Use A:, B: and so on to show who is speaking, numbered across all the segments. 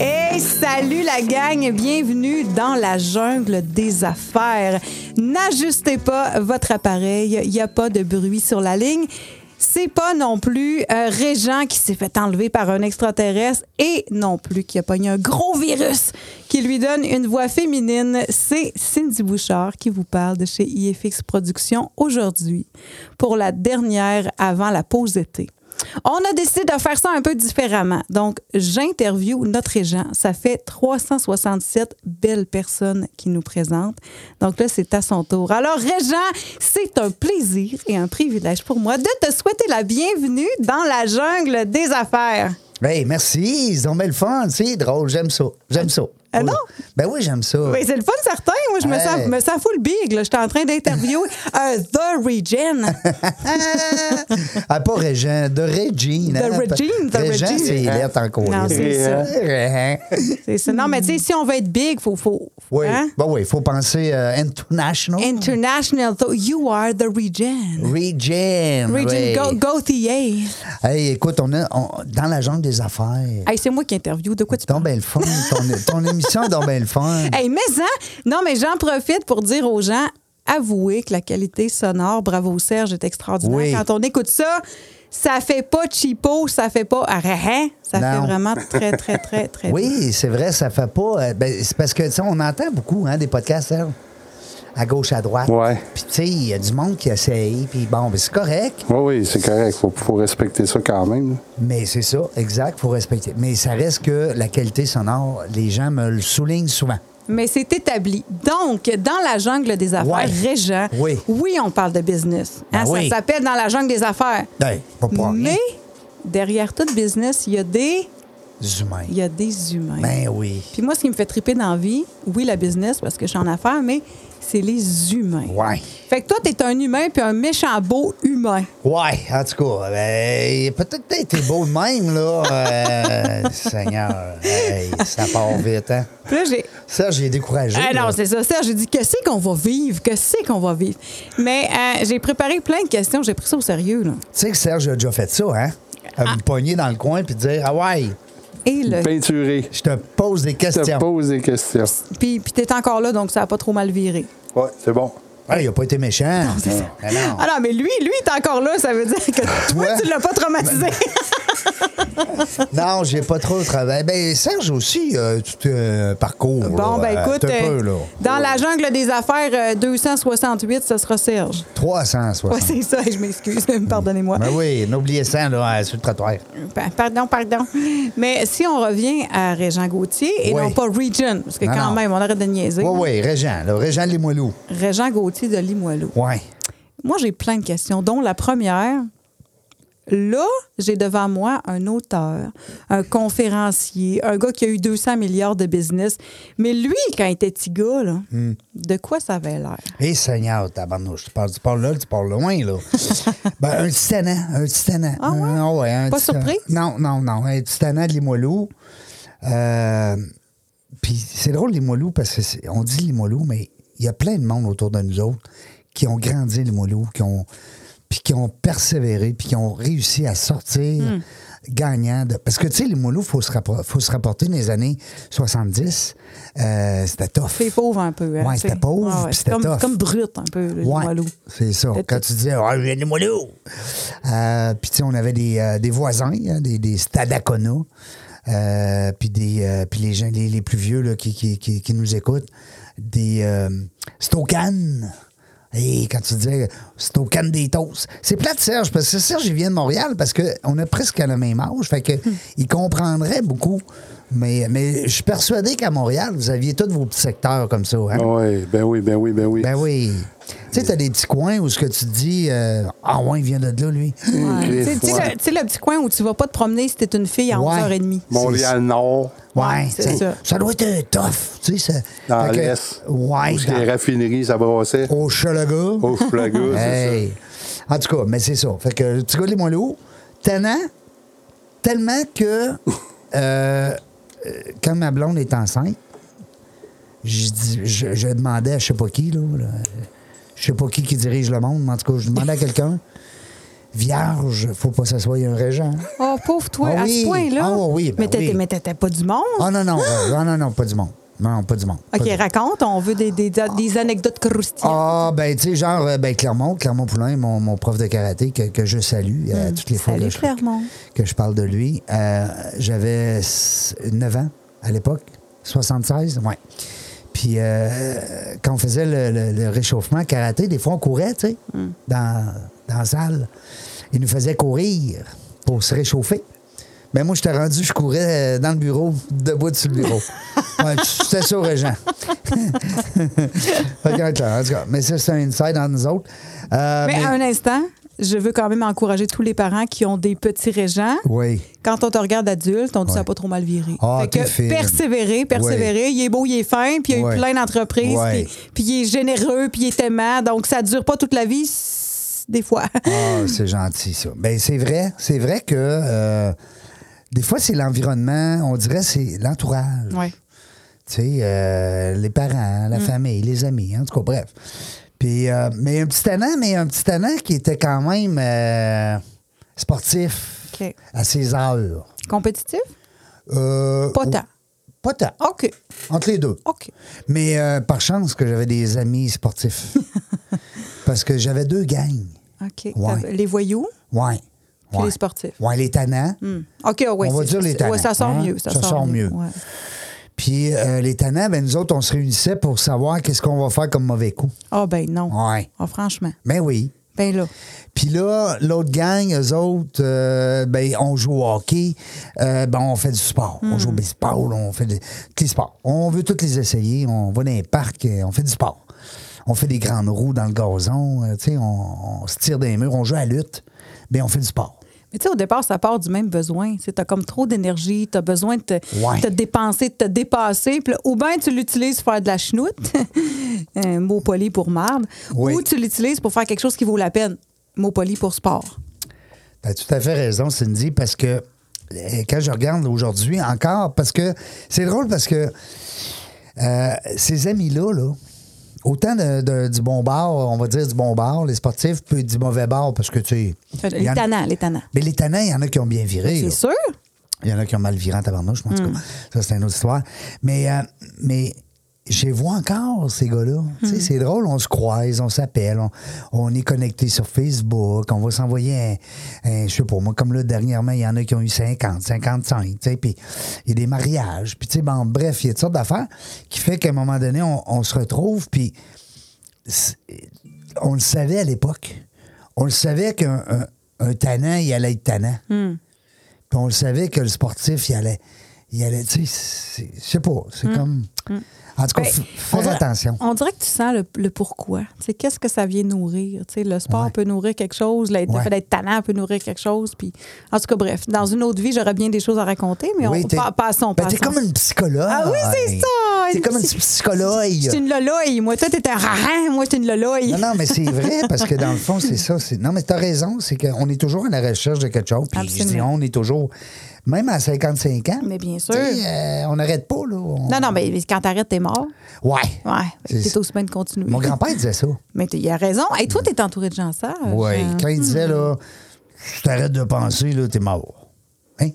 A: Hey, salut la gang, bienvenue dans la jungle des affaires. N'ajustez pas votre appareil, il n'y a pas de bruit sur la ligne. C'est pas non plus euh, Régent qui s'est fait enlever par un extraterrestre et non plus qui a pogné un gros virus qui lui donne une voix féminine. C'est Cindy Bouchard qui vous parle de chez IFX Productions aujourd'hui pour la dernière avant la pause d'été. On a décidé de faire ça un peu différemment. Donc, j'interview notre régent. Ça fait 367 belles personnes qui nous présentent. Donc là, c'est à son tour. Alors, régent, c'est un plaisir et un privilège pour moi de te souhaiter la bienvenue dans la jungle des affaires.
B: Hey, merci, ils ont belle fun, c'est drôle, j'aime ça, j'aime ça.
A: Ah non?
B: Ben oui, j'aime ça.
A: Mais c'est le fun certain. Moi, je me,
B: Ouais.
A: sens, me sens full big. là. J'étais en train d'interviewer un The Regen.
B: ah, pas Régent, de Régine.
A: De Régine, de
B: Régent,
A: Régine.
B: c'est lettre en
A: Ah. Non, c'est ça. Hein?
B: Oui,
A: C'est ça. Non, mais tu sais, si on veut être big, il faut... faut hein?
B: ben hein? oui, il faut penser euh, international.
A: International, though, you are the Regen.
B: Régine.
A: Regine
B: oui.
A: Go- Gauthier.
B: Hey, écoute, on est dans la jungle des affaires.
A: Hey, c'est moi qui interview. De quoi tu
B: Ton
A: parles?
B: bien le fun, ton, ton émission est donc bien le fun.
A: Hey, mais ça, non, mais j'en profite pour dire aux gens, avouez que la qualité sonore, bravo Serge, est extraordinaire.
B: Oui.
A: Quand on écoute ça, ça fait pas cheapo, ça fait pas rien. Ça
B: Non.
A: fait vraiment très, très, très, très.
B: Oui, c'est vrai, ça fait pas. euh, ben, c'est parce que, tu sais, on entend beaucoup hein, des podcasts, Serge, à gauche, à droite.
C: Ouais.
B: Puis, tu sais, il y a du monde qui essaye, puis bon, ben, c'est correct,
C: Oui, oui, c'est correct. Faut, faut respecter ça quand même.
B: mais c'est ça, exact, faut respecter. Mais ça reste que la qualité sonore, les gens me le soulignent souvent.
A: Mais c'est établi. Donc, dans la jungle des affaires,
B: Ouais.
A: Régent,
B: Oui.
A: on parle de business. hein?
B: Ben
A: ça
B: oui.
A: s'appelle dans la jungle des affaires.
B: Ben, pas pour rien.
A: Mais derrière tout business, il y a des,
B: Les humains.
A: il y a des humains.
B: Ben oui.
A: Puis moi, ce qui me fait triper dans la vie, oui, la business, parce que je suis en affaires, mais c'est les humains.
B: Ouais.
A: Fait que toi, t'es un humain, puis un méchant beau humain.
B: Ouais, en tout cas, ben, peut-être que t'as été beau de même, là. euh, Seigneur, hey, ça part vite, hein.
A: Puis là, j'ai.
B: Ça, j'ai découragé.
A: Ah
B: là.
A: non, c'est ça, Serge. J'ai dit, qu'est-ce qu'on va vivre? Qu'est-ce qu'on va vivre? Mais euh, j'ai préparé plein de questions. J'ai pris ça au sérieux, là.
B: Tu sais que Serge a déjà fait ça, hein? À Me pogner dans le coin puis dire Ah ouais,
A: Et là.
B: Ben-
C: Peinturé.
B: je te pose des
C: Je te
B: questions.
C: pose des questions.
A: Puis, puis t'es encore là, donc ça a pas trop mal viré.
C: Ouais, c'est bon.
B: Ah, il a pas été méchant. Non, c'est ça. non.
A: Ah non, mais lui, lui, t'es encore là. Ça veut dire que toi, tu l'as pas traumatisé.
B: Ben, Non, j'ai pas trop travaillé. Ben, Serge aussi, euh, tout euh, parcours.
A: bon,
B: là,
A: ben
B: euh,
A: écoute,
B: un peu,
A: euh,
B: là.
A: dans la jungle des affaires euh, 268, ça sera Serge. Ouais,
B: 360.
A: c'est ça, je m'excuse, pardonnez-moi.
B: Ben oui, n'oubliez ça, là, euh, sur le trottoir.
A: Pa- Pardon, pardon. Mais si on revient à Régent Gauthier et
B: Oui.
A: non pas Region, parce que
B: Non,
A: quand
B: non.
A: même, on arrête de niaiser.
B: Oui, oui, Régent, là, Régent Limoilou.
A: Régent Gauthier de Limoilou.
B: Ouais.
A: Moi, j'ai plein de questions, dont la première. Là, j'ai devant moi un auteur, un conférencier, un gars qui a eu 200 milliards de business. Mais lui, quand il était petit gars, là,
B: Hmm.
A: de quoi ça avait l'air?
B: Eh Seigneur, tabarnouche, tu parles, tu parles là, tu parles loin, là. ben, un petit tannant, un petit tannant.
A: Ah ouais?
B: Un- ouais, un
A: Pas
B: petit-
A: surprise?
B: Non, non, non, un petit tannant de Limoilou. Euh, Puis c'est drôle, Limoilou, parce que c'est- on dit Limoilou, mais il y a plein de monde autour de nous autres qui ont grandi Limoilou, qui ont puis qui ont persévéré, puis qui ont réussi à sortir
A: Hmm.
B: gagnant. de- Parce que, tu sais, Limoilou, il faut, se rappro- faut se rapporter dans les années 70. euh, c'était tough.
A: C'est pauvre un peu. Hein,
B: Ouais,
A: tu sais.
B: c'était pauvre, puis
A: c'est
B: c'était
A: comme,
B: tough.
A: comme brut un peu, le
B: Ouais,
A: Limoilou.
B: C'est ça.
A: Peut-être
B: Quand
A: que-
B: tu disais, ah, je viens de Limoilou. Euh, Puis, tu sais, on avait des, euh, des voisins, hein, des, des Stadaconas. Euh, puis des euh, puis les gens les, les plus vieux là, qui, qui, qui, qui nous écoutent des euh, Stokan Et quand tu dis c'est au Cannes des Toasts. C'est plate, Serge, parce que Serge, il vient de Montréal parce qu'on a presque le même âge. Fait que
A: Hmm.
B: il comprendrait beaucoup. Mais, mais je suis persuadé qu'à Montréal, vous aviez tous vos petits secteurs comme ça. hein?
C: Ah ouais, ben oui, ben oui, ben oui.
B: Ben oui. Tu sais, t'as des petits coins où ce que tu te dis, euh, ah ouais, il vient de là, lui.
A: Ouais. Tu sais- tu sais, le- tu sais, le petit coin où tu vas pas te promener si t'es une fille à
B: Ouais.
A: 11h30.
C: Montréal Nord,
B: Ouais,
A: c'est
B: tu sais,
A: ça.
B: ça. doit être un tough, tu sais. Ça...
C: dans
B: Fait que-
C: l'Est.
B: Ouais,
C: Où ce qui est
B: dans-
C: raffinerie, ça brassait.
B: au Chalaga.
C: Au Flaga, c'est
B: Oh. Hey. En tout cas, mais c'est ça. Fait que tu les moins loups, tannant, tellement que euh, euh, quand ma blonde est enceinte, je, dis- je, je demandais à je sais pas qui, là, là, je sais pas qui qui dirige le monde, mais en tout cas, je demandais à quelqu'un, vierge, faut pas que ça soit un régent.
A: Oh, pauvre toi,
B: Ah
A: à
B: oui.
A: ce point-là.
B: Ah oui, ben
A: mais t'étais
B: oui.
A: mais t'étais pas du monde.
B: Ah non, non, euh, ah non, non, pas du monde. Non, non, pas du monde. Pas
A: OK,
B: du monde.
A: raconte, on veut des, des, des anecdotes croustillantes.
B: Ah, ben, tu sais, genre, euh, ben, Clermont, Clermont Poulain, mon, mon prof de karaté que, que je salue euh, toutes les fois
A: Hmm. Salut,
B: que, je,
A: Clermont.
B: que je parle de lui. Euh, J'avais s- 9 ans à l'époque, 76, ouais. Puis, euh, quand on faisait le, le- le réchauffement karaté, des fois, on courait, tu sais, dans, dans la salle. Il nous faisait courir pour se réchauffer. Mais moi, j'étais rendu, je courais euh, dans le bureau, debout sur le bureau. Ouais, C'était ça, Régent. Fait que, en tout cas, mais ça, c'est un inside dans nous autres. Euh,
A: Mais
B: mais-
A: à un instant, je veux quand même encourager tous les parents qui ont des petits régents.
B: Oui.
A: Quand on te regarde adulte, on dit ça a
B: Ouais.
A: pas trop mal viré.
B: Ah,
A: fait
B: t'es
A: que
B: fine.
A: persévérer, persévérer. Il est beau, il est fin, puis il y a eu
B: Ouais.
A: plein d'entreprises,
B: Ouais.
A: puis, puis il est généreux, puis il est aimant. Donc, ça dure pas toute la vie, s- des fois.
B: Ah, c'est gentil, ça. Ben, c'est vrai. C'est vrai que euh, des fois, c'est l'environnement, on dirait, c'est l'entourage.
A: Ouais. Mm.
B: Tu sais, euh, les parents, la famille, les amis, en tout cas, bref. Puis, euh, mais un petit talent, mais un petit talent qui était quand même euh, sportif
A: OK.
B: à ses heures.
A: Compétitif?
B: Euh,
A: Pas tant.
B: Pas tant.
A: OK.
B: Entre les deux.
A: OK.
B: Mais euh, par chance que j'avais des amis sportifs. Parce que j'avais deux gangs.
A: OK.
B: Ouais.
A: Ça- Les voyous,
B: Ouais.
A: puis
B: ouais.
A: les sportifs.
B: Ouais, les tannants.
A: Hmm. OK, ouais,
B: On va
A: c'est-
B: dire les
A: c'est-
B: talents,
A: ouais, ça sort
B: hein?
A: mieux. Ça,
B: Ça sort mieux.
A: Ouais.
B: Puis euh, les tannants, ben, nous autres, on se réunissait pour savoir qu'est-ce qu'on va faire comme mauvais coup.
A: Ah, ben non.
B: Ouais.
A: Ah, franchement.
B: Ben oui.
A: Ben là.
B: Puis là, l'autre gang, eux autres, euh, ben, on joue au hockey, euh, ben, on fait du sport. On joue au baseball, on fait des- tous les sports. On veut tous les essayer, on va dans les parcs, euh, on fait du sport. On fait des grandes roues dans le gazon, euh, tu sais, on, on se tire des murs, on joue à la lutte, ben, on fait du sport.
A: Mais tu sais, au départ, ça part du même besoin. Tu as comme trop d'énergie, tu as besoin de te,
B: Ouais.
A: te dépenser, de te dépasser. Puis là, ou bien tu l'utilises pour faire de la chenoute, un mot poli pour marde,
B: Oui.
A: ou tu l'utilises pour faire quelque chose qui vaut la peine, mot poli pour sport.
B: T'as Ben, tout à fait raison, Cindy, parce que euh, quand je regarde aujourd'hui encore, parce que c'est drôle parce que euh, ces amis-là, là, autant de- de- du bon bar, on va dire du bon bar, les sportifs, puis du mauvais bar, parce que tu sais. il y
A: Les
B: en-
A: tannants, les tannants.
B: Mais les tannants, il y en a qui ont bien viré. là.
A: C'est sûr?
B: Il y en a qui ont mal viré en tabarnouche, mais en tout cas, ça, c'est une autre histoire. Mais, euh, mais je les vois encore, ces gars-là. Tu sais, C'est drôle, on se croise, on s'appelle, on, on est connecté sur Facebook, on va s'envoyer un, un- je sais pas, moi, comme là, dernièrement, il y en a qui ont eu 50, 55, tu sais, puis il y a des mariages, puis tu sais, bon, bref, il y a toutes sortes d'affaires qui fait qu'à un moment donné, on, on se retrouve, puis c'est- on le savait à l'époque. On le savait qu'un un, un tannant, il allait être tannant.
A: Hmm.
B: Puis on le savait que le sportif, il allait. Il allait, tu sais, c'est- je sais pas, c'est comme. En tout cas,
A: Hmm. Ben,
B: f-
A: on
B: faire
A: dirait-
B: attention.
A: On dirait que tu sens le, le pourquoi. Tu sais, Qu'est-ce que ça vient nourrir? Tu sais, le sport
B: Ouais.
A: peut nourrir quelque chose, le, le
B: Ouais.
A: fait d'être talent peut nourrir quelque chose. Puis, en tout cas, bref, dans une autre vie, j'aurais bien des choses à raconter, mais
B: Oui,
A: on,
B: t'es-
A: pa- passons,
B: Ben, t'es
A: passons.
B: comme une psychologue.
A: Ah oui, c'est ça!
B: T'es
A: Une
B: comme une
A: psy-
B: psychologue.
A: J'étais une loloille. Moi, toi, t'es un rarin. Moi, j'étais une loloille.
B: Non, non, mais c'est vrai, parce que dans le fond, c'est ça. c'est- Non, mais t'as raison, c'est qu'on est toujours à la recherche de quelque chose. Puis je dis,
A: Absolument.
B: on est toujours, même à 55 ans.
A: Mais bien sûr.
B: tu sais, euh, on n'arrête pas, là. on-
A: Non, non, mais quand t'arrêtes, t'es mort.
B: Ouais.
A: Ouais,
B: C'est-
A: c'est aussi bien de continuer.
B: Mon grand-père disait ça.
A: Mais t'es- il a raison. Et toi, t'es entouré de gens sages.
B: Oui.
A: hein.
B: Quand il disait, là, je t'arrête de penser, là, t'es mort. Hein?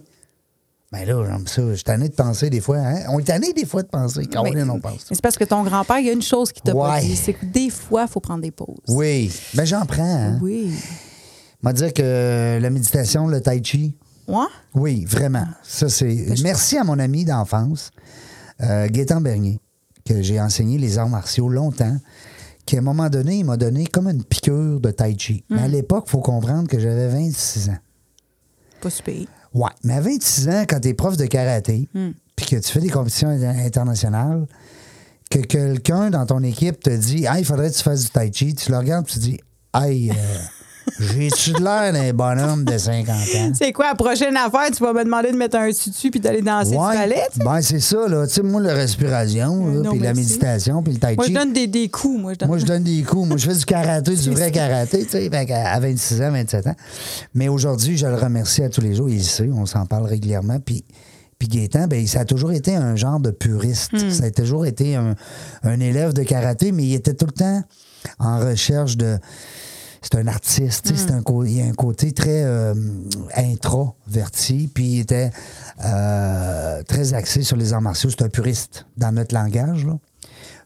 B: Ben là, j'aime ça. Je suis tanné de penser des fois. Hein? On est tanné des fois de penser. Quand
A: Mais-
B: on pense.
A: mais c'est parce que ton grand-père, il y a une chose qui t'a pas
B: Ouais.
A: dit, c'est que des fois, il faut prendre des pauses.
B: Oui. Ben j'en prends. Hein?
A: Oui.
B: On va dire que la méditation, le tai chi,
A: Ouais?
B: oui, vraiment. Ça, c'est. Merci à mon ami d'enfance, euh, Gaétan Bernier, que j'ai enseigné les arts martiaux longtemps, qui, à un moment donné, il m'a donné comme une piqûre de tai chi. Mais à l'époque, il faut comprendre que j'avais 26 ans.
A: Pas super.
B: Ouais, mais à 26 ans, quand tu es prof de karaté,
A: Hmm.
B: puis que tu fais des compétitions in- internationales, que quelqu'un dans ton équipe te dit Ah, il faudrait que tu fasses du tai chi, tu le regardes et tu dis Aïe, euh, j'ai-tu de l'air d'un bonhomme de 50 ans?
A: C'est quoi la prochaine affaire? Tu vas me demander de mettre un tutu puis d'aller danser du ballet? tu sais?
B: ben, c'est ça, là. Tu sais, moi, la respiration, là,
A: non,
B: puis la
A: merci.
B: méditation, puis le tai chi.
A: Moi, je donne des, des coups. Moi, je donne.
B: Moi, je donne des coups. Moi, je fais du karaté, du
A: ça.
B: vrai karaté, tu sais, fait qu'à- à 26 ans, 27 ans. Mais aujourd'hui, je le remercie à tous les jours. Il le sait, on s'en parle régulièrement. Puis, puis Gaétan, ben, ça a toujours été un genre de puriste.
A: Hmm.
B: Ça a toujours été un, un élève de karaté, mais il était tout le temps en recherche de. C'est un artiste,
A: Hmm.
B: tu sais, c'est un cô- il y a un côté très euh, introverti, puis il était euh, très axé sur les arts martiaux. C'est un puriste dans notre langage. Là.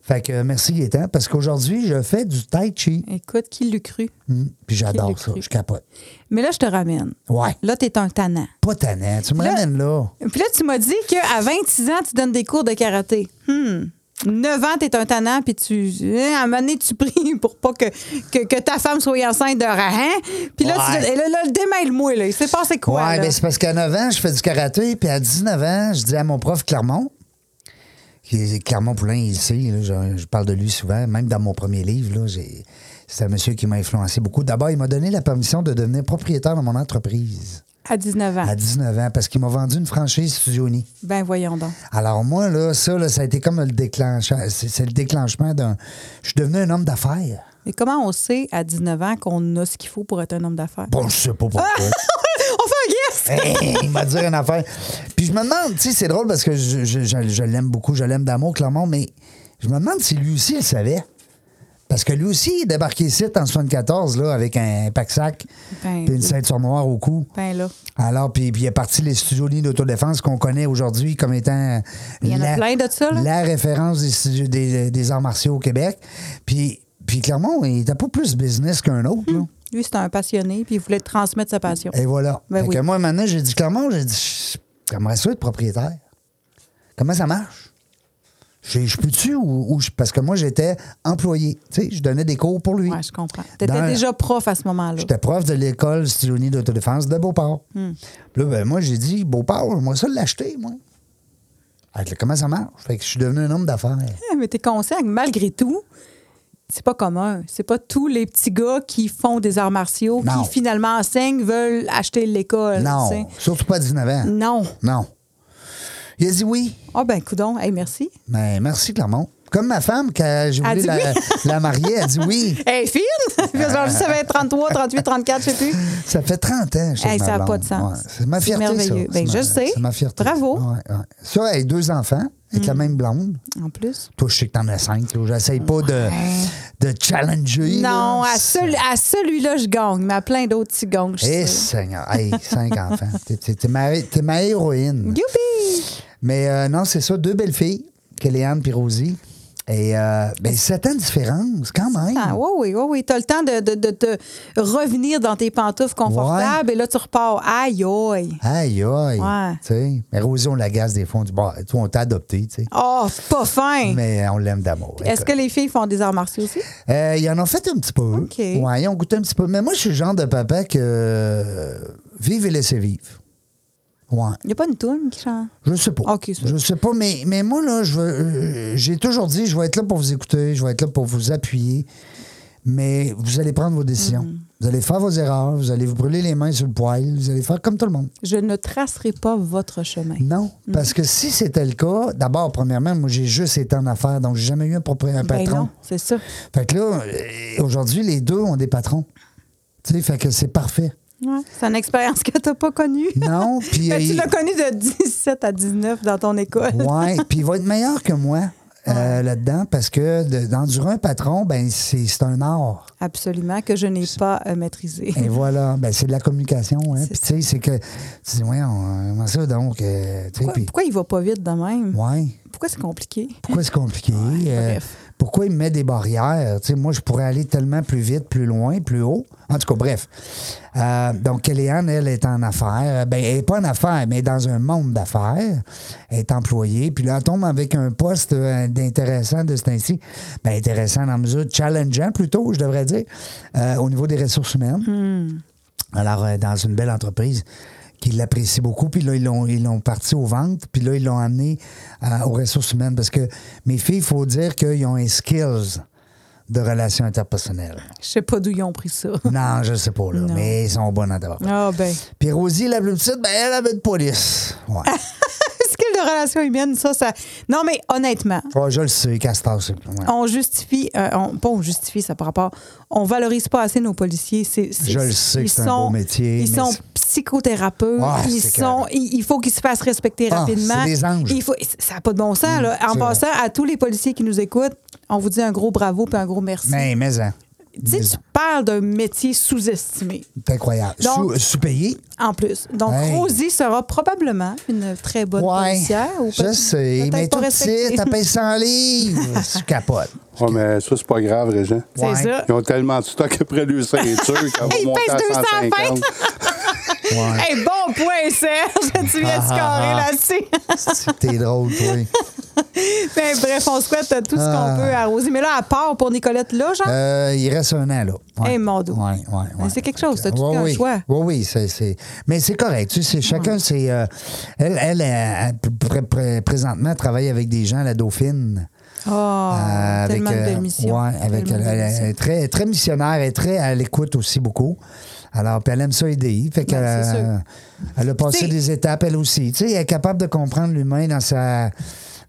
B: Fait que euh, merci Gaétan, parce qu'aujourd'hui, je fais du tai chi.
A: Écoute, qui l'eût cru?
B: Mm.
A: Qui
B: Puis j'adore
A: l'a
B: ça,
A: cru?
B: je capote.
A: Mais là, je te ramène.
B: Ouais,
A: Là, t'es un tannant.
B: pas tannant. Tu me
A: Là-
B: ramènes là.
A: Puis là, tu m'as dit qu'à 26 ans, tu donnes des cours de karaté. Hmm. 9 ans, t'es un tannant, puis tu. hein, À un moment donné, tu pries pour pas que, que, que ta femme soit enceinte de rien. Puis là, tu-
B: Ouais.
A: et là, là, démêle-moi, là. Il s'est passé quoi?
B: ouais,
A: là?
B: ben, c'est parce qu'à 9 ans, je fais du karaté, puis à 19 ans, je dis à mon prof Clermont, qui est- Clermont Poulain, il le sait, là, je, je parle de lui souvent, même dans mon premier livre, là, j'ai- c'est un monsieur qui m'a influencé beaucoup. D'abord, il m'a donné la permission de devenir propriétaire de mon entreprise
A: À 19 ans.
B: à 19 ans, parce qu'il m'a vendu une franchise Studioni.
A: Ben, voyons donc.
B: Alors moi, là, ça, là, ça a été comme le déclencheur. C'est c'est le déclenchement d'un... Je suis devenu un homme d'affaires.
A: Mais comment on sait à 19 ans qu'on a ce qu'il faut pour être un homme d'affaires?
B: Bon, je sais pas pourquoi.
A: On fait un guess!
B: Hey, il m'a dit une affaire. Puis je me demande, tu sais, c'est drôle parce que je, je- je- je l'aime beaucoup, je l'aime d'amour, Clermont, mais je me demande si lui aussi il savait. Parce que lui aussi, il est débarqué ici en 74, là, avec un pack-sac,
A: Ben,
B: puis une ceinture noire au cou.
A: Ben là,
B: Alors, puis, puis il est parti les studios lignes d'autodéfense qu'on connaît aujourd'hui comme étant
A: Il y en a plein de ça, là.
B: la référence des, studios- des- des arts martiaux au Québec. Puis, puis Clermont, il n'était pas plus business qu'un autre, là.
A: lui, c'est un passionné, puis il voulait te transmettre sa passion.
B: Et voilà.
A: Ben
B: Fait
A: oui.
B: que moi, maintenant, j'ai dit clairement, j'ai dit, j'aimerais ça être propriétaire. Comment ça marche? Je, je peux-tu ou, ou je- Parce que moi, j'étais employé. Tu sais, je donnais des cours pour lui.
A: Ouais, je comprends. T'étais
B: Dans-
A: déjà prof à ce moment-là.
B: J'étais prof de l'école Stylonie d'autodéfense de Beauport.
A: Hmm.
B: Puis là, ben, moi, j'ai dit, Beauport, moi, ça l'acheter, moi. Fait que là, comment ça marche? Fait que je suis devenu un homme d'affaires.
A: Ah, Mais t'es conscient que malgré tout, c'est pas commun. C'est pas tous les petits gars qui font des arts martiaux
B: Non.
A: qui finalement enseignent veulent acheter l'école. tu sais.
B: non, surtout pas à 19 ans.
A: Non.
B: Non. Il a dit oui.
A: Ah ben coudon, hey, merci.
B: Ben, merci, Clermont. Comme ma femme, quand j'ai
A: Elle
B: voulu
A: dit
B: la,
A: oui.
B: la marier, elle dit oui.
A: Hey, fine! Genre, ça va être 33, 38, 34, je sais plus.
B: Ça fait 30 ans que je suis
A: Hey,
B: avec ma
A: ça a pas
B: blonde.
A: de sens.
B: Ouais. C'est ma
A: C'est
B: fierté,
A: merveilleux.
B: ça.
A: Ben,
B: C'est ma-
A: je sais.
B: C'est ma fierté.
A: Bravo. Hmm.
B: Ouais, ouais. Ça, avec deux enfants, avec la même blonde.
A: En plus.
B: Toi, je sais que t'en as cinq. là. J'essaye pas de, de challenger.
A: Non,
B: là.
A: à, celui- à celui-là, je gagne, mais à plein d'autres, tu gagnes. je
B: Eh,
A: sais.
B: Seigneur. Hey, cinq enfants. T'es- T'es t'es ma, t'es ma héroïne.
A: Youpi!
B: Mais euh, non, c'est ça. Deux belles filles, Kéléane et Rosie. Et euh, ben, sept ans de différence, quand même.
A: Ah, oui, oui, oui, oui. T'as le temps de, de, de te revenir dans tes pantoufles confortables et là, tu repars. Aïe, aïe.
B: Aïe, aïe.
A: Ouais.
B: Tu sais, Mais Rosie, on la gaze des fois. On dit, bon, toi, on t'a adopté, tu sais.
A: Oh, pas fin!
B: Mais euh, on l'aime d'amour.
A: Est-ce que les filles font des arts martiaux aussi?
B: Euh, ils en ont fait un petit peu.
A: OK.
B: Ouais, ils ont goûté un petit peu. Mais moi, je suis le genre de papa que euh, vive et laissez vivre. Ouais.
A: Il n'y a pas une toune qui chante.
B: Je sais pas.
A: OK, ça.
B: je sais pas, mais, mais moi, là, je veux- euh, j'ai toujours dit, je vais être là pour vous écouter, je vais être là pour vous appuyer, mais vous allez prendre vos décisions.
A: Mm.
B: Vous allez faire vos erreurs, vous allez vous brûler les mains sur le poil, vous allez faire comme tout le monde.
A: Je ne tracerai pas votre chemin.
B: Non, parce que si c'était le cas, d'abord, premièrement, moi, j'ai juste été en affaires, donc j'ai jamais eu un, propri- un
A: Ben
B: patron.
A: non, c'est ça.
B: Fait que là, euh, aujourd'hui, les deux ont des patrons. Tu sais, fait que c'est parfait.
A: Ouais, c'est une expérience que tu n'as pas connue.
B: Non, puis
A: Ben,
B: euh,
A: tu
B: il-
A: l'as connue de 17 à 19 dans ton école.
B: ouais, puis il va être meilleur que moi euh, là-dedans parce que de- d'endurer un patron, ben c'est c'est un art.
A: Absolument, que je n'ai pas euh, maîtrisé.
B: Et voilà, ben c'est de la communication. Hein.
A: C'est
B: Puis tu sais, c'est que tu dis, ouais, comment ça donc? euh, tu sais,
A: Pourquoi,
B: puis,
A: pourquoi il va pas vite de même?
B: ouais,
A: Pourquoi c'est compliqué?
B: pourquoi c'est compliqué? euh,
A: bref.
B: pourquoi il met des barrières? Tu sais, moi, je pourrais aller tellement plus vite, plus loin, plus haut. En tout cas, bref. Euh, donc, Kellyanne, elle, est en affaires. Ben, elle n'est pas en affaires, mais dans un monde d'affaires. Elle est employée. Puis là, elle tombe avec un poste euh, d'intéressant de ce temps-ci. Ben, intéressant dans la mesure, challengeant plutôt, je devrais dire, euh, au niveau des ressources humaines. Alors, euh, dans une belle entreprise qui l'apprécie beaucoup. Puis là, ils l'ont, ils l'ont parti aux ventes. Puis là, ils l'ont amené euh, aux ressources humaines. Parce que mes filles, il faut dire qu'ils ont un skills de relations interpersonnelles.
A: Je sais pas d'où ils ont pris ça.
B: Non, je sais pas, là.
A: Non.
B: Mais ils sont bonnes en tabac.
A: Ah ben.
B: Puis Rosie, la plus petite, ben, elle avait de police. Ouais.
A: Skill de relations humaines, ça, ça. Non, mais honnêtement,
B: Ouais, je le sais, Castor. c'est- ouais.
A: on justifie, euh, on, pas on justifie ça par rapport, on valorise pas assez nos policiers. C'est, c'est-
B: Je le sais que
A: ils
B: c'est un
A: sont-
B: beau métier,
A: Ils
B: mais
A: sont
B: c'est-
A: psychothérapeutes.
B: Ah,
A: ils
B: c'est
A: sont,
B: que-
A: il, il faut qu'ils se fassent respecter
B: Ah,
A: rapidement.
B: c'est des anges. Hmm,
A: Il faut, ça n'a pas de bon sens. là. En
B: c'est vrai.
A: passant, à tous les policiers qui nous écoutent, on vous dit un gros bravo puis un gros merci.
B: Mais, mais, hein.
A: tu sais,
B: Mais-
A: tu parles d'un métier sous-estimé,
B: C'est incroyable.
A: Donc-
B: Sous- Sous-payé?
A: en plus. Donc,
B: Hey.
A: Rosie sera probablement une très bonne policière. ou
B: je
A: peut-
B: sais.
A: peut-être pas
B: Mais tout de
A: respectée.
B: suite, elle paye 100 livres. Tu capotes.
C: Ouais, Ah, mais ça, c'est pas grave, Régent.
A: C'est
B: Ouais.
A: ça.
C: Ils ont tellement de stock après deux ceintures qu'on va
A: Ils
C: monter à
A: pèsent
C: 150.
B: Ouais.
A: Hey, bon point, Serge. Tu viens de scorer
B: Ah, ah, ah.
A: là-dessus.
B: C'est- T'es drôle, toi.
A: Mais bref, on souhaite tout ce
B: Ah.
A: qu'on peut à Rosie. Mais là, à part pour Nicolette, là, genre,
B: Euh, il reste un an, là.
A: Eh, mon Dieu.
B: Ouais, ouais, ouais.
A: Mais c'est quelque chose, t'as tout
B: Ouais,
A: un
B: oui.
A: choix. Mm.
B: Oui, oui, c'est- c'est. Mais c'est correct. Tu sais, chacun, c'est. euh, elle, elle, euh, elle, elle, pr- pr- présentement, travaille avec des gens à la Dauphine.
A: oh,
B: Euh,
A: tellement de
B: euh,
A: belles missions.
B: ouais, avec, euh,
A: Tellement de
B: elle,
A: belles
B: elle
A: missions.
B: est très, très missionnaire et très à l'écoute aussi beaucoup. Alors, puis elle aime ça aider. Fait qu'elle,
A: Ouais, Ben, c'est sûr.
B: euh, elle a passé
A: Puis, tu sais-
B: des étapes, elle aussi. Tu sais, elle est capable de comprendre l'humain dans sa,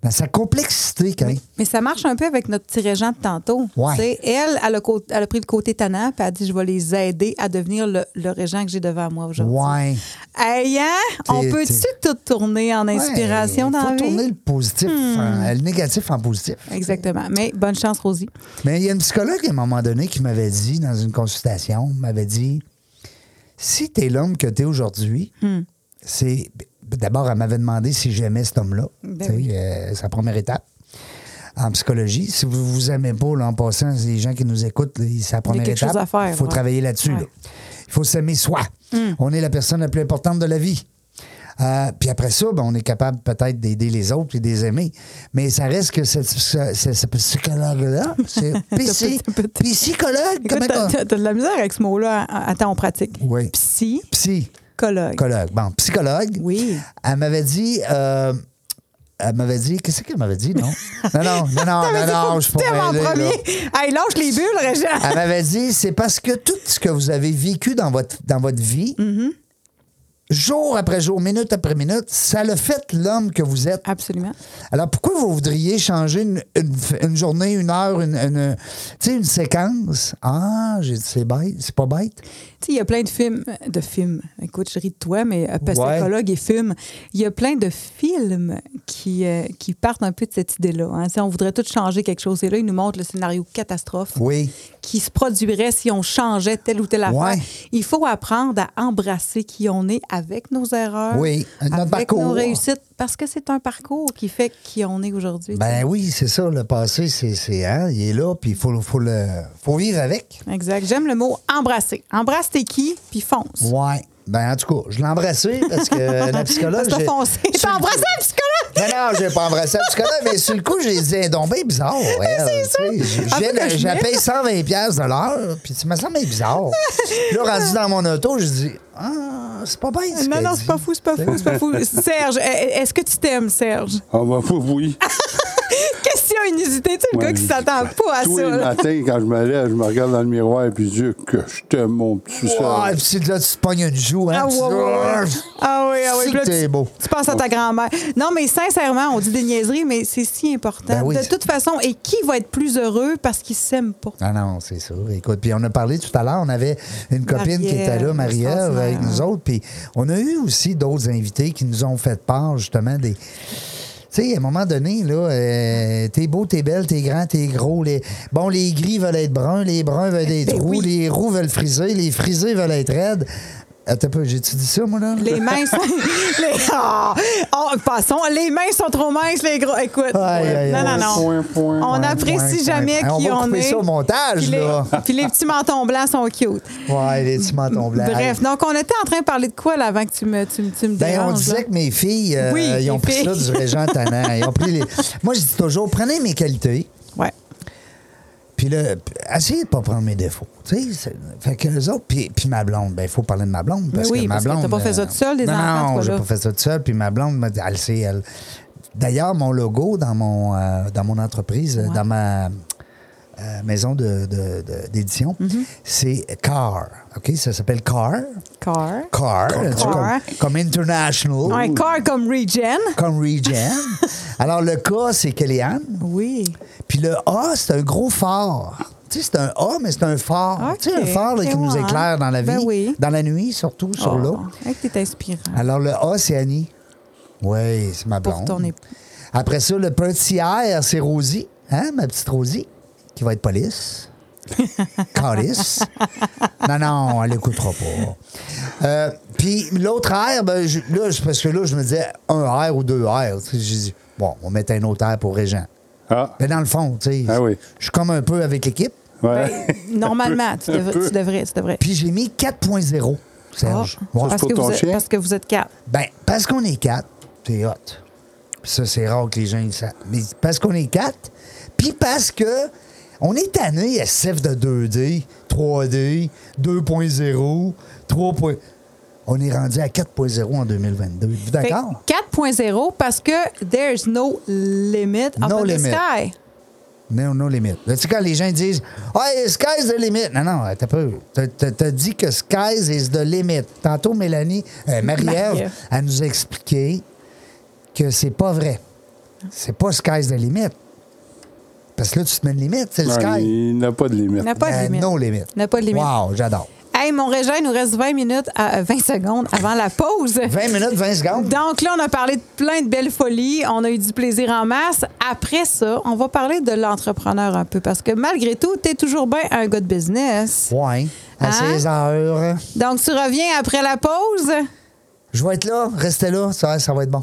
B: dans sa complexité. Quand
A: Mais ça marche un peu avec notre petit régent de tantôt.
B: Ouais.
A: Tu sais, Elle, elle a, co- elle a pris le côté tannant, puis elle a dit Je vais les aider à devenir le, le régent que j'ai devant moi aujourd'hui.
B: Ouais.
A: Hey, hein? On
B: T'es-
A: peut-tu tout tourner en inspiration
B: Ouais,
A: dans la
B: Il
A: vie? Hmm.
B: faut tourner le positif, en- le négatif en positif.
A: Exactement. Mais bonne chance, Rosie.
B: Mais il y a une psychologue à un moment donné qui m'avait dit, dans une consultation, m'avait dit si t'es l'homme que t'es aujourd'hui,
A: Hmm.
B: c'est. D'abord, elle m'avait demandé si j'aimais cet homme-là.
A: Ben
B: Tu sais,
A: oui.
B: euh, c'est la première étape. En psychologie, si vous vous aimez pas, là, en passant, c'est les gens qui nous écoutent, là, c'est la première
A: quelque
B: étape.
A: chose à faire,
B: Il faut
A: ouais.
B: travailler là-dessus.
A: Ouais. Hmm.
B: là. Il faut s'aimer soi. On est la personne la plus importante de la vie. Euh, puis après ça, ben, on est capable peut-être d'aider les autres et de les aimer. Mais ça reste que cette- ce, ce- ce psychologue-là, c'est psy- psychologue,
A: Écoute,
B: comment
A: t'as
B: on-
A: t'as- t'as de la misère avec ce mot-là. Attends, on pratique.
B: Oui.
A: Psychologue.
B: psychologue. Bon, psychologue.
A: Oui.
B: Elle m'avait dit. euh, elle m'avait dit. Qu'est-ce qu'elle m'avait dit, non? Non, non, non, non, Ah, ben non, non, je suis pas
A: T'aimes en
B: mêlé, là.
A: premier. Hey, lâche les bulles, Réjean.
B: Elle m'avait dit c'est parce que tout ce que vous avez vécu dans votre, dans votre vie,
A: Mm-hmm.
B: jour après jour, minute après minute, ça le fait l'homme que vous êtes.
A: Absolument.
B: Alors, pourquoi vous voudriez changer une, une f- une journée, une heure, une, une- tu sais, une séquence? Ah, j'ai dit, c'est bête, c'est pas bête.
A: Tu sais, il y a plein de films. De films. Écoute, je ris de toi, mais euh,
B: Ouais.
A: psychologue et film. Il y a plein de films qui, euh, qui partent un peu de cette idée-là. hein. Tu sais, On voudrait tout changer quelque chose. Et là, ils nous montrent le scénario catastrophe
B: Oui.
A: qui se produirait si on changeait telle ou telle affaire.
B: Ouais.
A: Il faut apprendre à embrasser qui on est avec nos erreurs,
B: Oui, notre
A: avec
B: parcours.
A: nos réussites, parce que c'est un parcours qui fait qui on est aujourd'hui.
B: Ben oui, c'est ça, le passé, c'est, c'est, hein, il est là, puis il faut, le- faut le, faut vivre avec.
A: Exact. J'aime le mot embrasser. Embrasse tes qui, puis fonce.
B: Ouais. Ben, en tout cas, je l'ai embrassé parce que la psychologue.
A: Parce que
B: j'ai-
A: foncé.
B: sur
A: T'as
B: le
A: embrassé
B: coup-
A: un psychologue!
B: Non, non, j'ai pas embrassé la psychologue, mais sur le coup, j'ai dit, un don bien bizarre. elle, tu sais. Je- je
A: En
B: viens
A: tout cas,
B: de-
A: Ah, je
B: J'ai
A: mets.
B: payé 120 pièces de l'heure, puis tu me semble bien bizarre. là, rendu dans mon auto, je dis, ah, c'est pas bien. ce
A: Non,
B: qu'elle
A: non,
B: dit.
A: c'est pas fou, c'est pas fou, c'est pas fou. Serge, euh, est-ce que tu t'aimes, Serge?
C: Ah, bah, oui.
A: Question inusitée, tu sais, le
C: Moi,
A: gars qui
C: je-
A: s'attend pas à
C: Tous
A: ça.
C: les
A: là.
C: matins, quand je me lève, je me regarde dans le miroir et puis je dis que je t'aime, mon petit
B: Ah,
C: Serge.
B: puis c'est là, tu te pognes une joue, hein.
A: Ah,
B: puis tu
A: ouais,
B: dis,
A: ouais, ouais. Ah oui, ah oui.
B: C'est
A: Puis là,
B: que t'es
A: tu,
B: beau.
A: tu penses à ta grand-mère. Non, mais sincèrement, on dit des niaiseries, mais c'est si important.
B: Ben oui.
A: De toute façon, et qui va être plus heureux parce qu'il s'aime pas?
B: Ah non, c'est ça. Écoute, puis on a parlé tout à l'heure, on avait une copine qui était là, Marie-Ève,
A: Extraordinaire.
B: avec nous autres, puis on a eu aussi d'autres invités qui nous ont fait part, justement, des... Tu sais, à un moment donné, là, euh, t'es beau, t'es belle, t'es grand, t'es gros. Les... Bon, les gris veulent être bruns, les bruns veulent être
A: Ben
B: roux,
A: oui.
B: les roux veulent friser, les frisés veulent être raides. Attends un peu, j'ai-tu dit ça, moi, là?
A: Les mains sont. les- Ah! Oh, passons, les mains sont trop minces, les gros. Écoute.
B: Aïe, aïe,
A: non,
B: aïe.
A: non, non.
C: Point, point,
A: on
C: point,
A: n'apprécie
B: point,
A: jamais
B: point.
A: qui
B: On va
A: on
B: couper
A: est.
B: ça au montage,
A: Puis les-
B: là.
A: Puis les petits mentons blancs sont cute.
B: Ouais, les petits mentons blancs.
A: Bref, donc on était en train de parler de quoi là avant que tu me, tu, me- tu me
B: Ben, on
A: déranges, là?
B: disait que mes filles, euh,
A: Oui,
B: ils ont
A: les
B: pris ça
A: filles.
B: du régent tannant. Ils ont pris les- Moi, je dis toujours, prenez mes qualités,
A: Ouais.
B: puis là, p- essayez de pas prendre mes défauts. Tu sais, c'est- fait que les autres, puis, puis ma blonde, ben, il faut parler de ma blonde. Parce
A: Mais oui,
B: que ma
A: parce que
B: blonde.
A: t'as pas fait ça
B: euh,
A: toute seule, les
B: non,
A: enfants,
B: Non,
A: toi,
B: j'ai
A: là.
B: pas fait ça toute seule, puis ma blonde, m'a dit, elle sait, elle. D'ailleurs, mon logo dans mon, euh, dans mon entreprise, euh,
A: Ouais.
B: dans ma euh, maison de- de- de- d'édition,
A: Mm-hmm.
B: c'est CAR. OK? Ça s'appelle CAR.
A: Car.
B: CAR. tu sais,
A: Car.
B: Comme, comme International.
A: Un car comme Regen.
B: comme Regen. Alors, le K, c'est Kellyanne.
A: Oui.
B: Puis le A, c'est un gros phare. Tu sais, c'est un A, mais c'est un phare.
A: Ok,
B: Tu sais, un phare là,
A: ok,
B: qui nous
A: ouais.
B: éclaire dans la vie.
A: Ben oui.
B: Dans la nuit, surtout, sur
A: Oh,
B: l'eau.
A: hey, que t'es inspirant.
B: Alors, le A, c'est Annie. Oui, c'est ma
A: Pour
B: blonde.
A: ton époux.
B: Après ça, le petit R, c'est Rosie. Hein, ma petite Rosie, qui va être police. Calice. Non, non, elle l'écoutera pas. Euh, Puis l'autre R, ben, je- là, c'est parce que là, je me disais un R ou deux R. Tu sais, J'ai dit, bon, on va mettre un autre R pour Régent.
C: Ah,
B: Mais dans le fond, tu sais,
C: Ah oui.
B: je suis comme un peu avec l'équipe.
A: Ben,
C: ouais.
A: Normalement, tu, devrais- tu devrais, tu devrais.
B: Puis j'ai mis 4.0, Serge.
A: Oh,
B: Ouais.
A: parce,
C: pour
A: que
C: ton
A: vous êtes,
C: chien?
A: parce que vous êtes quatre.
B: Ben, parce qu'on est quatre, c'est hot. Ça, c'est rare que les gens le savent. Mais parce qu'on est quatre, puis parce que on est tanné SF de 2D, 3D, 2.0, 3. point- On est rendu à 4.0 en 2022. Vous
A: Fait que
B: D'accord?
A: 4.0 parce que there's no limit Ah, ben, up
B: No
A: in the
B: limit.
A: sky.
B: Non, non, limite. Tu sais, quand les gens disent Ah, Hey, sky's the limit. Non, non, t'as peu. T'as- T'as t'as dit que sky's is the limit. Tantôt, Mélanie, euh, Marie-Ève,
A: Marie-Ève.
B: elle nous a expliqué que c'est pas vrai. C'est pas sky's the limit. Parce que là, tu te mets une limite, c'est le
C: Non,
B: sky.
C: il n'a pas de limite.
A: N'a pas de
B: Euh,
A: limite.
B: No limit.
A: N'a pas de limite.
B: Wow, j'adore.
A: Hey, mon régent, il nous reste 20 minutes à euh, 20 secondes avant la pause.
B: 20 minutes, 20 secondes.
A: Donc là, on a parlé de plein de belles folies, on a eu du plaisir en masse. Après ça, on va parler de l'entrepreneur un peu parce que malgré tout, tu es toujours bien un gars de business.
B: Ouais, à
A: Hein?
B: 16 heures.
A: Donc tu reviens après la pause.
B: Je vais être là, restez là, ça, ça va être bon.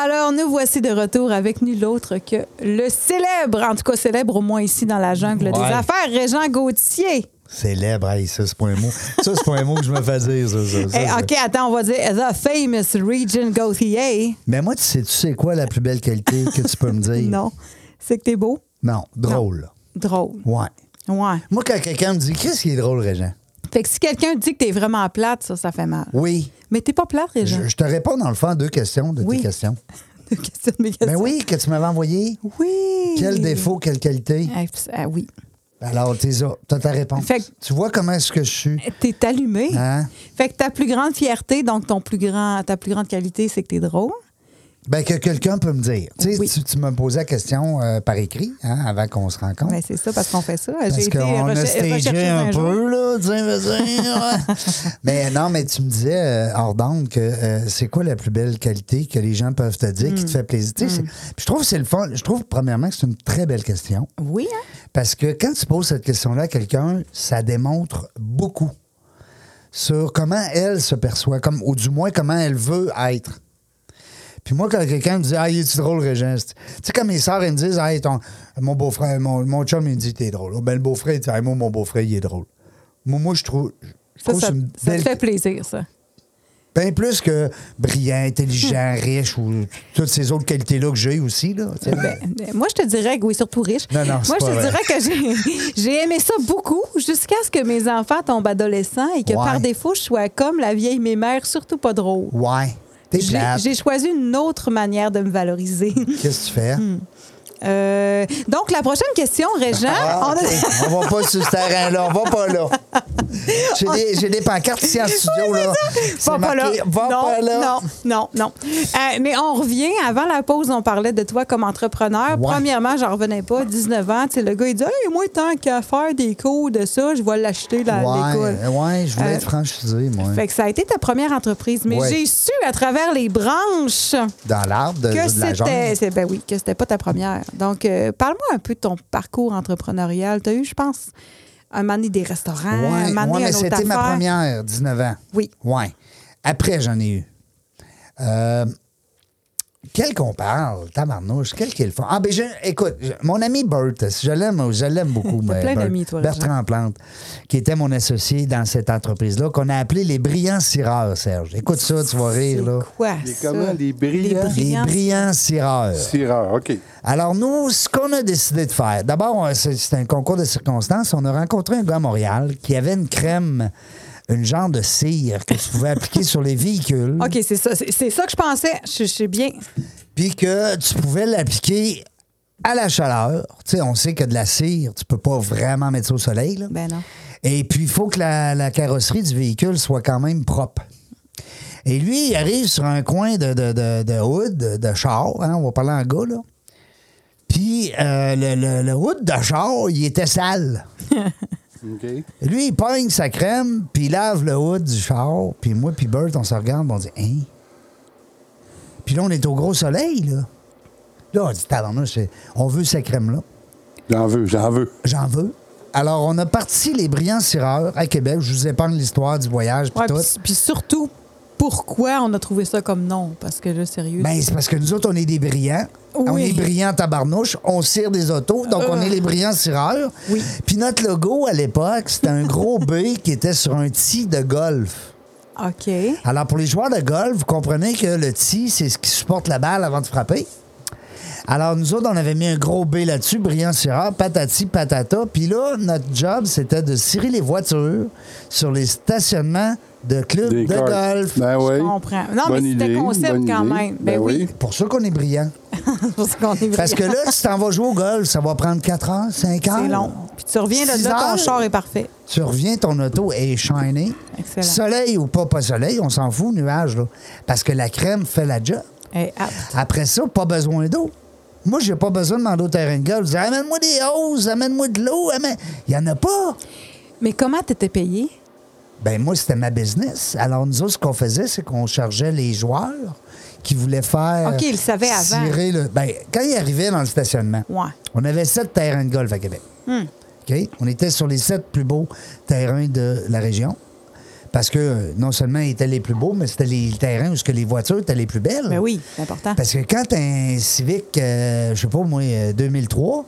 A: Alors, nous voici de retour avec nul autre que le célèbre, en tout cas célèbre au moins ici dans la jungle des
B: Ouais.
A: affaires, Régent Gauthier.
B: Célèbre, hey, ça, c'est pas un mot. Ça, c'est pas un mot que je me fais dire, ça, ça, ça,
A: Eh,
B: ça.
A: OK, attends, on va dire The Famous Regent Gauthier.
B: Mais moi, tu sais, tu sais quoi la plus belle qualité que tu peux me dire?
A: Non, c'est que t'es beau,
B: Non, drôle.
A: drôle.
B: Ouais.
A: Ouais.
B: Moi, quand quelqu'un me dit, qu'est-ce qui est drôle, Régent?
A: Fait que si quelqu'un dit que t'es vraiment plate, ça, ça fait mal.
B: Oui.
A: Mais t'es pas plate, Régent.
B: Je, je te réponds dans le fond à deux questions de
A: Oui.
B: tes questions.
A: Deux questions, mes
B: Ben
A: questions.
B: oui, que tu m'avais envoyé.
A: Oui.
B: Quel défaut, quelle qualité?
A: Ah, pis- ah oui.
B: Alors, t'es ça. T'as ta réponse.
A: Fait que-
B: Tu vois comment est-ce que je suis?
A: T'es allumé.
B: Hein?
A: Fait que ta plus grande fierté, donc ton plus grand, ta plus grande qualité, c'est que t'es drôle.
B: Ben, que quelqu'un peut me dire. Tu sais,
A: Oui.
B: tu, tu me posais la question euh, par écrit, hein, avant qu'on se rencontre.
A: Ben, c'est ça, parce qu'on fait ça.
B: Parce
A: J'ai été
B: qu'on a
A: recher-
B: stagé
A: recherchée
B: un
A: jour.
B: peu, là, tu sais, je veux dire. mais non, mais tu me disais, euh, hors d'onde, que euh, c'est quoi la plus belle qualité que les gens peuvent te dire
A: Hmm.
B: qui te fait plaisir? Tu sais, c'est- Puis je trouve que c'est le fun. Je trouve, premièrement, que c'est une très belle question.
A: Oui, hein?
B: Parce que quand tu poses cette question-là à quelqu'un, ça démontre beaucoup sur comment elle se perçoit, comme, ou du moins comment elle veut être. Puis moi, quand quelqu'un me dit Ah, es-tu drôle, Régent? Tu sais, quand mes sœurs, elles me disent Hey, ton, mon beau-frère, mon, mon chum, il me dit T'es drôle. Oh, ben, le beau-frère, il dit, Hey, moi, mon beau-frère, il est drôle. Moi, moi je trouve. je
A: Ça,
B: trouve
A: ça,
B: que c'est une
A: ça te
B: belle-
A: fait plaisir, ça.
B: Bien plus que brillant, intelligent,
A: Hmm.
B: riche ou toutes ces autres qualités-là que j'ai aussi. Là, tu sais.
A: Ben, euh, moi, je te dirais que oui, surtout riche.
B: Non, non, c'est
A: moi, je
B: pas
A: te
B: vrai.
A: dirais que j'ai- j'ai aimé ça beaucoup jusqu'à ce que mes enfants tombent adolescents et que
B: Ouais.
A: par défaut, je sois comme la vieille mémère, surtout pas drôle.
B: ouais. T'es
A: J'ai
B: plate.
A: j'ai choisi une autre manière de me valoriser.
B: Qu'est-ce que tu fais?
A: Euh, donc, la prochaine question, Régent.
B: Ah,
A: on a-
B: ok. on va pas sur ce terrain-là. On va pas là. J'ai des, j'ai des pancartes ici en studio. là. C'est
A: Va pas là.
B: marqué, Va
A: non,
B: pas là.
A: non, non, non. Euh, mais on revient. Avant la pause, on parlait de toi comme entrepreneur.
B: Ouais.
A: Premièrement, j'en revenais pas. 19 ans, tu sais, le gars, il dit Hey, moi, tant qu'à faire des cours de ça, je vais l'acheter là, à l'école.
B: Ouais, ouais, je voulais
A: Euh,
B: être franchisé, moi.
A: Fait que ça a été ta première entreprise. Mais
B: Ouais.
A: j'ai su à travers les branches
B: Dans l'arbre de,
A: que
B: de la
A: c'était.
B: jungle.
A: c'est- Ben oui, que c'était pas ta première. Donc, euh, parle-moi un peu de ton parcours entrepreneurial. Tu as eu, je pense, un moment donné des restaurants, un
B: Ouais,
A: moment
B: ouais,
A: donné
B: mais
A: une autre
B: c'était ma
A: affaire.
B: première, 19 ans.
A: Oui.
B: Ouais. Après, j'en ai eu. Euh, quel qu'on parle, tabarnouche, quel qu'il font. Ah, ben, je- écoute, je- mon ami Bert, je l'aime, je l'aime beaucoup. mais
A: plein
B: Bert-
A: d'amis, toi, Régent.
B: Bertrand Plante, qui était mon associé dans cette entreprise-là, qu'on a appelé les brillants cireurs, Serge. Écoute ça, tu vas rire, là.
A: C'est quoi,
C: Les
A: ça?
C: comment? Les brillants?
A: Les
B: Les
A: brillants.
B: brillants cireurs.
C: Tireur, OK.
B: Alors, nous, ce qu'on a décidé de faire, d'abord, on- c'est c'est un concours de circonstances. On a rencontré un gars à Montréal qui avait une crème, une genre de cire que tu pouvais appliquer sur les véhicules.
A: OK, c'est ça. C'est c'est ça que je pensais. Je je sais bien.
B: Puis que tu pouvais l'appliquer à la chaleur. Tu sais, on sait que de la cire, tu peux pas vraiment mettre ça au soleil. là.
A: Ben non.
B: Et puis, il faut que la, la carrosserie du véhicule soit quand même propre. Et lui, il arrive sur un coin de, de, de, de hood, de, de char, hein, on va parler en gars, là. Puis, euh, le, le, le hood de char, il était sale.
C: OK.
B: Lui, il pogne sa crème, puis il lave le hood du char. Puis moi, puis Bert, on se regarde, puis on dit Hein Puis là, on est au gros soleil, là. Là, on dit Tabarnouche, c'est- on veut cette crème-là.
C: J'en veux, j'en veux.
B: J'en veux. Alors, on a parti les brillants cireurs à Québec. Je vous épargne l'histoire du voyage puis
A: Ouais,
B: tout.
A: puis- Puis surtout, pourquoi on a trouvé ça comme nom? Parce que là, sérieux.
B: Ben, c'est parce que nous autres, on est des brillants.
A: Oui. Euh.
B: On est brillants tabarnouche. On cire des autos. Donc, on est les brillants cireurs.
A: Oui.
B: Puis notre logo, à l'époque, c'était un gros B qui était sur un tee de golf.
A: OK.
B: Alors, pour les joueurs de golf, vous comprenez que le tee, c'est ce qui supporte la balle avant de frapper. Alors, nous autres, on avait mis un gros B là-dessus, brillant cireur, patati patata. Puis là, notre job, c'était de cirer les voitures sur les stationnements de clubs
C: Des
B: de
C: cartes.
B: golf.
C: Ben oui.
A: Je comprends. Non, mais
C: Bonne
A: c'était
C: idée,
A: concept
C: bonne
A: quand
C: idée.
A: même. Ben oui.
B: Pour ça qu'on est brillant.
A: Parce qu'on est
B: Parce que
A: brillant.
B: là, si t'en vas jouer au golf, ça va prendre 4 heures, 5 heures.
A: c'est long. Puis tu reviens là,
B: Six
A: là, ton
B: heures.
A: char est parfait.
B: Tu reviens, ton auto est shiny.
A: Excellent.
B: Soleil ou pas, pas soleil, on s'en fout, nuage, là. Parce que la crème fait la job.
A: Eh, apte.
B: Après ça, pas besoin d'eau. Moi, j'ai pas besoin de demander au terrain de golf. Je dis, amène-moi des hausses, amène-moi de l'eau. amène- Il y en a pas.
A: Mais comment t'étais payé?
B: Ben moi, c'était ma business. Alors, nous autres, ce qu'on faisait, c'est qu'on chargeait les joueurs qui voulaient faire.
A: OK, ils le savaient avant.
B: cirer le- ben, quand ils arrivaient dans le stationnement,
A: Ouais. Hmm.
B: on avait sept terrains de golf à Québec. OK? On était sur les sept plus beaux terrains de la région. Parce que euh, non seulement ils étaient les plus beaux, mais c'était les terrains où ce que les voitures étaient les plus belles.
A: Ben oui, c'est important.
B: Euh. Parce que quand t'as un Civic, euh, je sais pas moi, euh, 2003,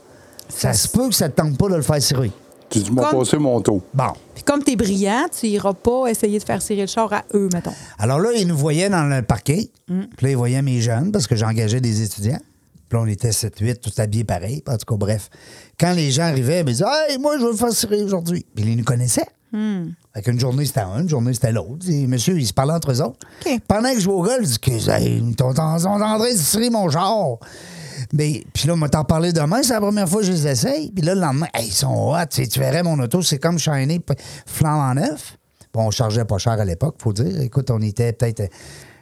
B: ça se peut que ça te tente pas de le faire cirer.
C: Tu dis, m'as
A: Comme-
C: passé mon taux.
B: Bon.
A: Puis comme t'es brillant, tu iras pas essayer de faire cirer le char à eux, mettons.
B: Alors là, ils nous voyaient dans le parquet. Puis là, ils voyaient mes jeunes parce que j'engageais des étudiants. Puis là, on était 7-8, tous habillés pareil. En tout cas, bref. Quand les gens arrivaient, ben, ils disaient Hey, moi, je veux le faire cirer aujourd'hui. Puis ils nous connaissaient. Fait qu'une journée, c'était un, une journée, c'était l'autre. Et monsieur, ils se parlaient entre eux autres.
A: OK.
B: Pendant que je jouais au golf, je dis Hey, ton- ton- ton André, tu cirer mon genre. Mais, Ben, puis là, on m'a t'en parlé demain, c'est la première fois que je les essaye. Puis là, le lendemain, Hey, ils sont hot. Tu sais, tu verrais mon auto, c'est comme shiny, p- flamant neuf. Bon, on chargeait pas cher à l'époque, faut dire. Écoute, on était peut-être. euh,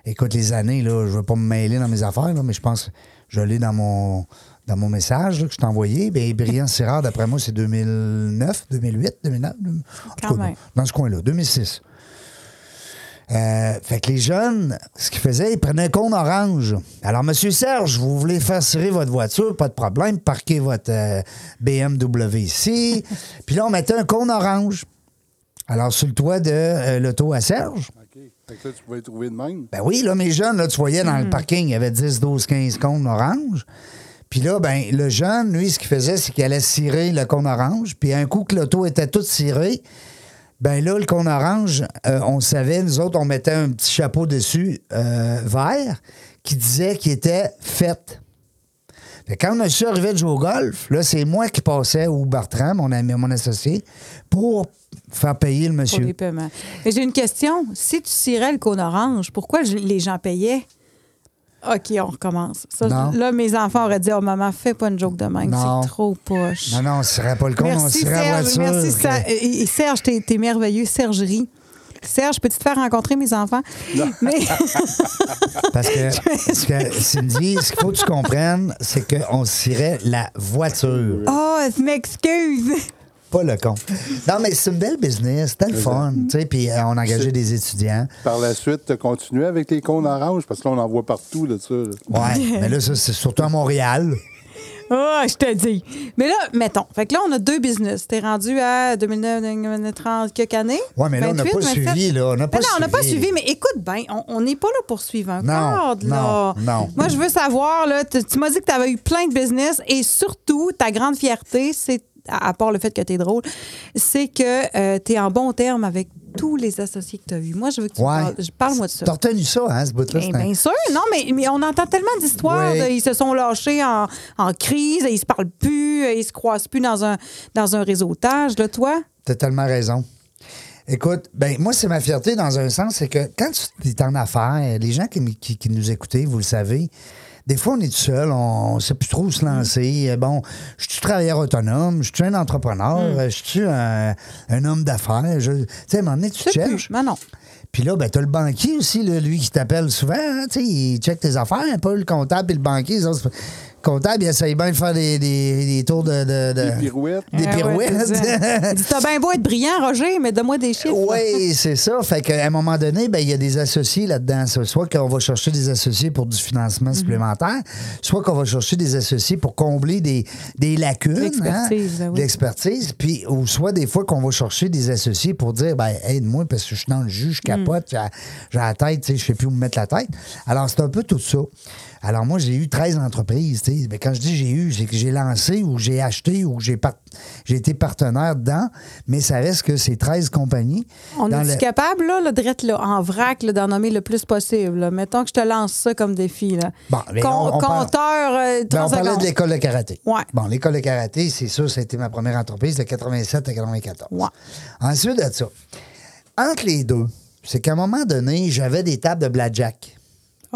B: Écoute, les années, là, je veux pas me mêler dans mes affaires, là, mais je pense que je l'ai dans mon, dans mon message là, que je t'ai envoyé. Bien, Brillant Sirard, d'après moi, c'est 2009, 2008, 2009. en tout
A: Quand
B: cas,
A: même.
B: dans ce coin-là, 2006. Euh, fait que les jeunes, ce qu'ils faisaient, ils prenaient un cône orange. Alors, Monsieur Serge, vous voulez faire cirer votre voiture, pas de problème, parquez votre euh, BMW ici. Puis là, on mettait un cône orange. Alors, sur le toit de euh, l'auto à Serge.
C: OK. Fait que ça, tu pouvais le trouver de même.
B: Ben oui, là, mes jeunes, là, tu voyais dans
A: Hmm.
B: le parking, il y avait 10, 12, 15 cônes orange. Puis là, ben, le jeune, lui, ce qu'il faisait, c'est qu'il allait cirer le cône orange. Puis un coup que l'auto était toute cirée, ben là, le cône orange, euh, on savait, nous autres, on mettait un petit chapeau dessus euh, vert qui disait qu'il était fait. Fait que quand monsieur arrivait de jouer au golf, là, c'est moi qui passais au Bertrand, mon ami, mon associé, pour faire payer le
A: Pour
B: monsieur.
A: les paiements. Mais j'ai une question. Si tu cirais le cône orange, pourquoi je- les gens payaient? OK, on recommence. Ça,
B: Non.
A: là, mes enfants auraient dit Oh, maman, fais pas une joke de même.
B: Non.
A: C'est trop poche.
B: Non, non, on ne serait pas le con, on
A: Merci,
B: serait à la
A: Serge.
B: voiture.
A: Merci,
B: que-
A: Sa- euh, et- et Serge, t'es t'es merveilleux. Serge rit. Serge, peux-tu te faire rencontrer mes enfants? Mais
B: Parce que, ce que Cindy, ce qu'il faut que tu comprennes, c'est qu'on cirait la voiture,
A: oh, je m'excuse.
B: pas le con. Non, mais c'est une belle business, c'était le fun. tu sais, Puis euh, on a engagé des étudiants.
C: Par la suite, t'as continué avec les cônes oranges, parce que là, on en voit partout, là, ça. là.
B: Ouais, mais là, ça, c'est surtout à Montréal.
A: Oh, je te dis. Mais là, mettons. Fait que là, on a deux business. T'es rendu à 2009, 2030, quelques années?
B: Ouais, mais là, on n'a
A: 28,
B: pas
A: 27.
B: suivi, là, on n'a pas
A: Mais non, on n'a pas
B: suivi.
A: suivi, mais écoute bien, on- on n'est pas là pour suivre un
B: Non,
A: cadre, là.
B: non, non.
A: Moi, je veux savoir, là, tu tu m'as dit que tu avais eu plein de business et surtout, ta grande fierté, c'est, à à part le fait que tu es drôle, c'est que tu es en bon terme avec tous les associés que tu as vus. Moi, je veux que tu me
B: Ouais.
A: parles. je- Parle-moi de ça.
B: T'as retenu ça, hein, ce bout-là?
A: Eh
B: c'est un-
A: bien sûr, non, mais, mais on entend tellement d'histoires.
B: Oui.
A: de- Ils se sont lâchés en, en crise, et ils se parlent plus, et ils se croisent plus dans un, dans un réseautage. Là, toi,
B: T'as tellement raison. Écoute, ben moi, c'est ma fierté dans un sens, c'est que quand tu es en affaires, les gens qui, m- qui- qui nous écoutez, vous le savez, des fois, on est tout seul, on ne sait plus trop où se
A: Mm.
B: lancer. Euh, Bon, je suis travailleur autonome, je suis un entrepreneur,
A: Mm.
B: euh, je suis un, un homme d'affaires. Je- Tu sais, à un moment donné, tu
A: tu sais
B: cherches.
A: plus. Mais Ben non.
B: Puis là, ben, t'as le banquier aussi, là, lui qui t'appelle souvent. hein, tu sais, il check tes affaires un peu, le comptable et le banquier. ils ont- Le comptable, il essaye bien de faire des, des- des tours de. de- de-
C: Des pirouettes.
B: Des
A: Ah ouais,
B: pirouettes.
A: c'est ça. Il dit, T'as bien beau être brillant, Roger, mais donne-moi des chiffres.
B: Oui, c'est ça. Fait qu'à un moment donné, ben, il y a des associés là-dedans. Ça, Soit qu'on va chercher des associés pour du financement
A: Mhm.
B: supplémentaire, soit qu'on va chercher des associés pour combler des, des lacunes.
A: L'expertise,
B: hein,
A: ben oui.
B: L'expertise. Puis, ou soit des fois qu'on va chercher des associés pour dire, ben, aide-moi parce que je suis dans le jus, je capote, j'ai- j'ai la tête, tu sais, je sais plus où me mettre la tête. Alors, c'est un peu tout ça. Alors, moi, j'ai eu 13 entreprises. tu sais. Ben, quand je dis j'ai eu, c'est que j'ai lancé ou j'ai acheté ou j'ai par- j'ai été partenaire dedans, mais ça reste que c'est 13 compagnies.
A: On
B: Dans
A: est-tu
B: le-
A: capable, là, le drette, là, en vrac, là, d'en nommer le plus possible? là? Mettons que je te lance ça comme défi. Là.
B: Bon, mais
A: Con-
B: on- on parle-
A: compteur, euh,
B: Ben, on
A: 30
B: parlait
A: secondes.
B: de l'école de karaté.
A: Ouais.
B: Bon, l'école de karaté, c'est sûr, c'était ma première entreprise de 87 à 94.
A: Ouais.
B: Ensuite de ça, entre les deux, c'est qu'à un moment donné, j'avais des tables de blackjack.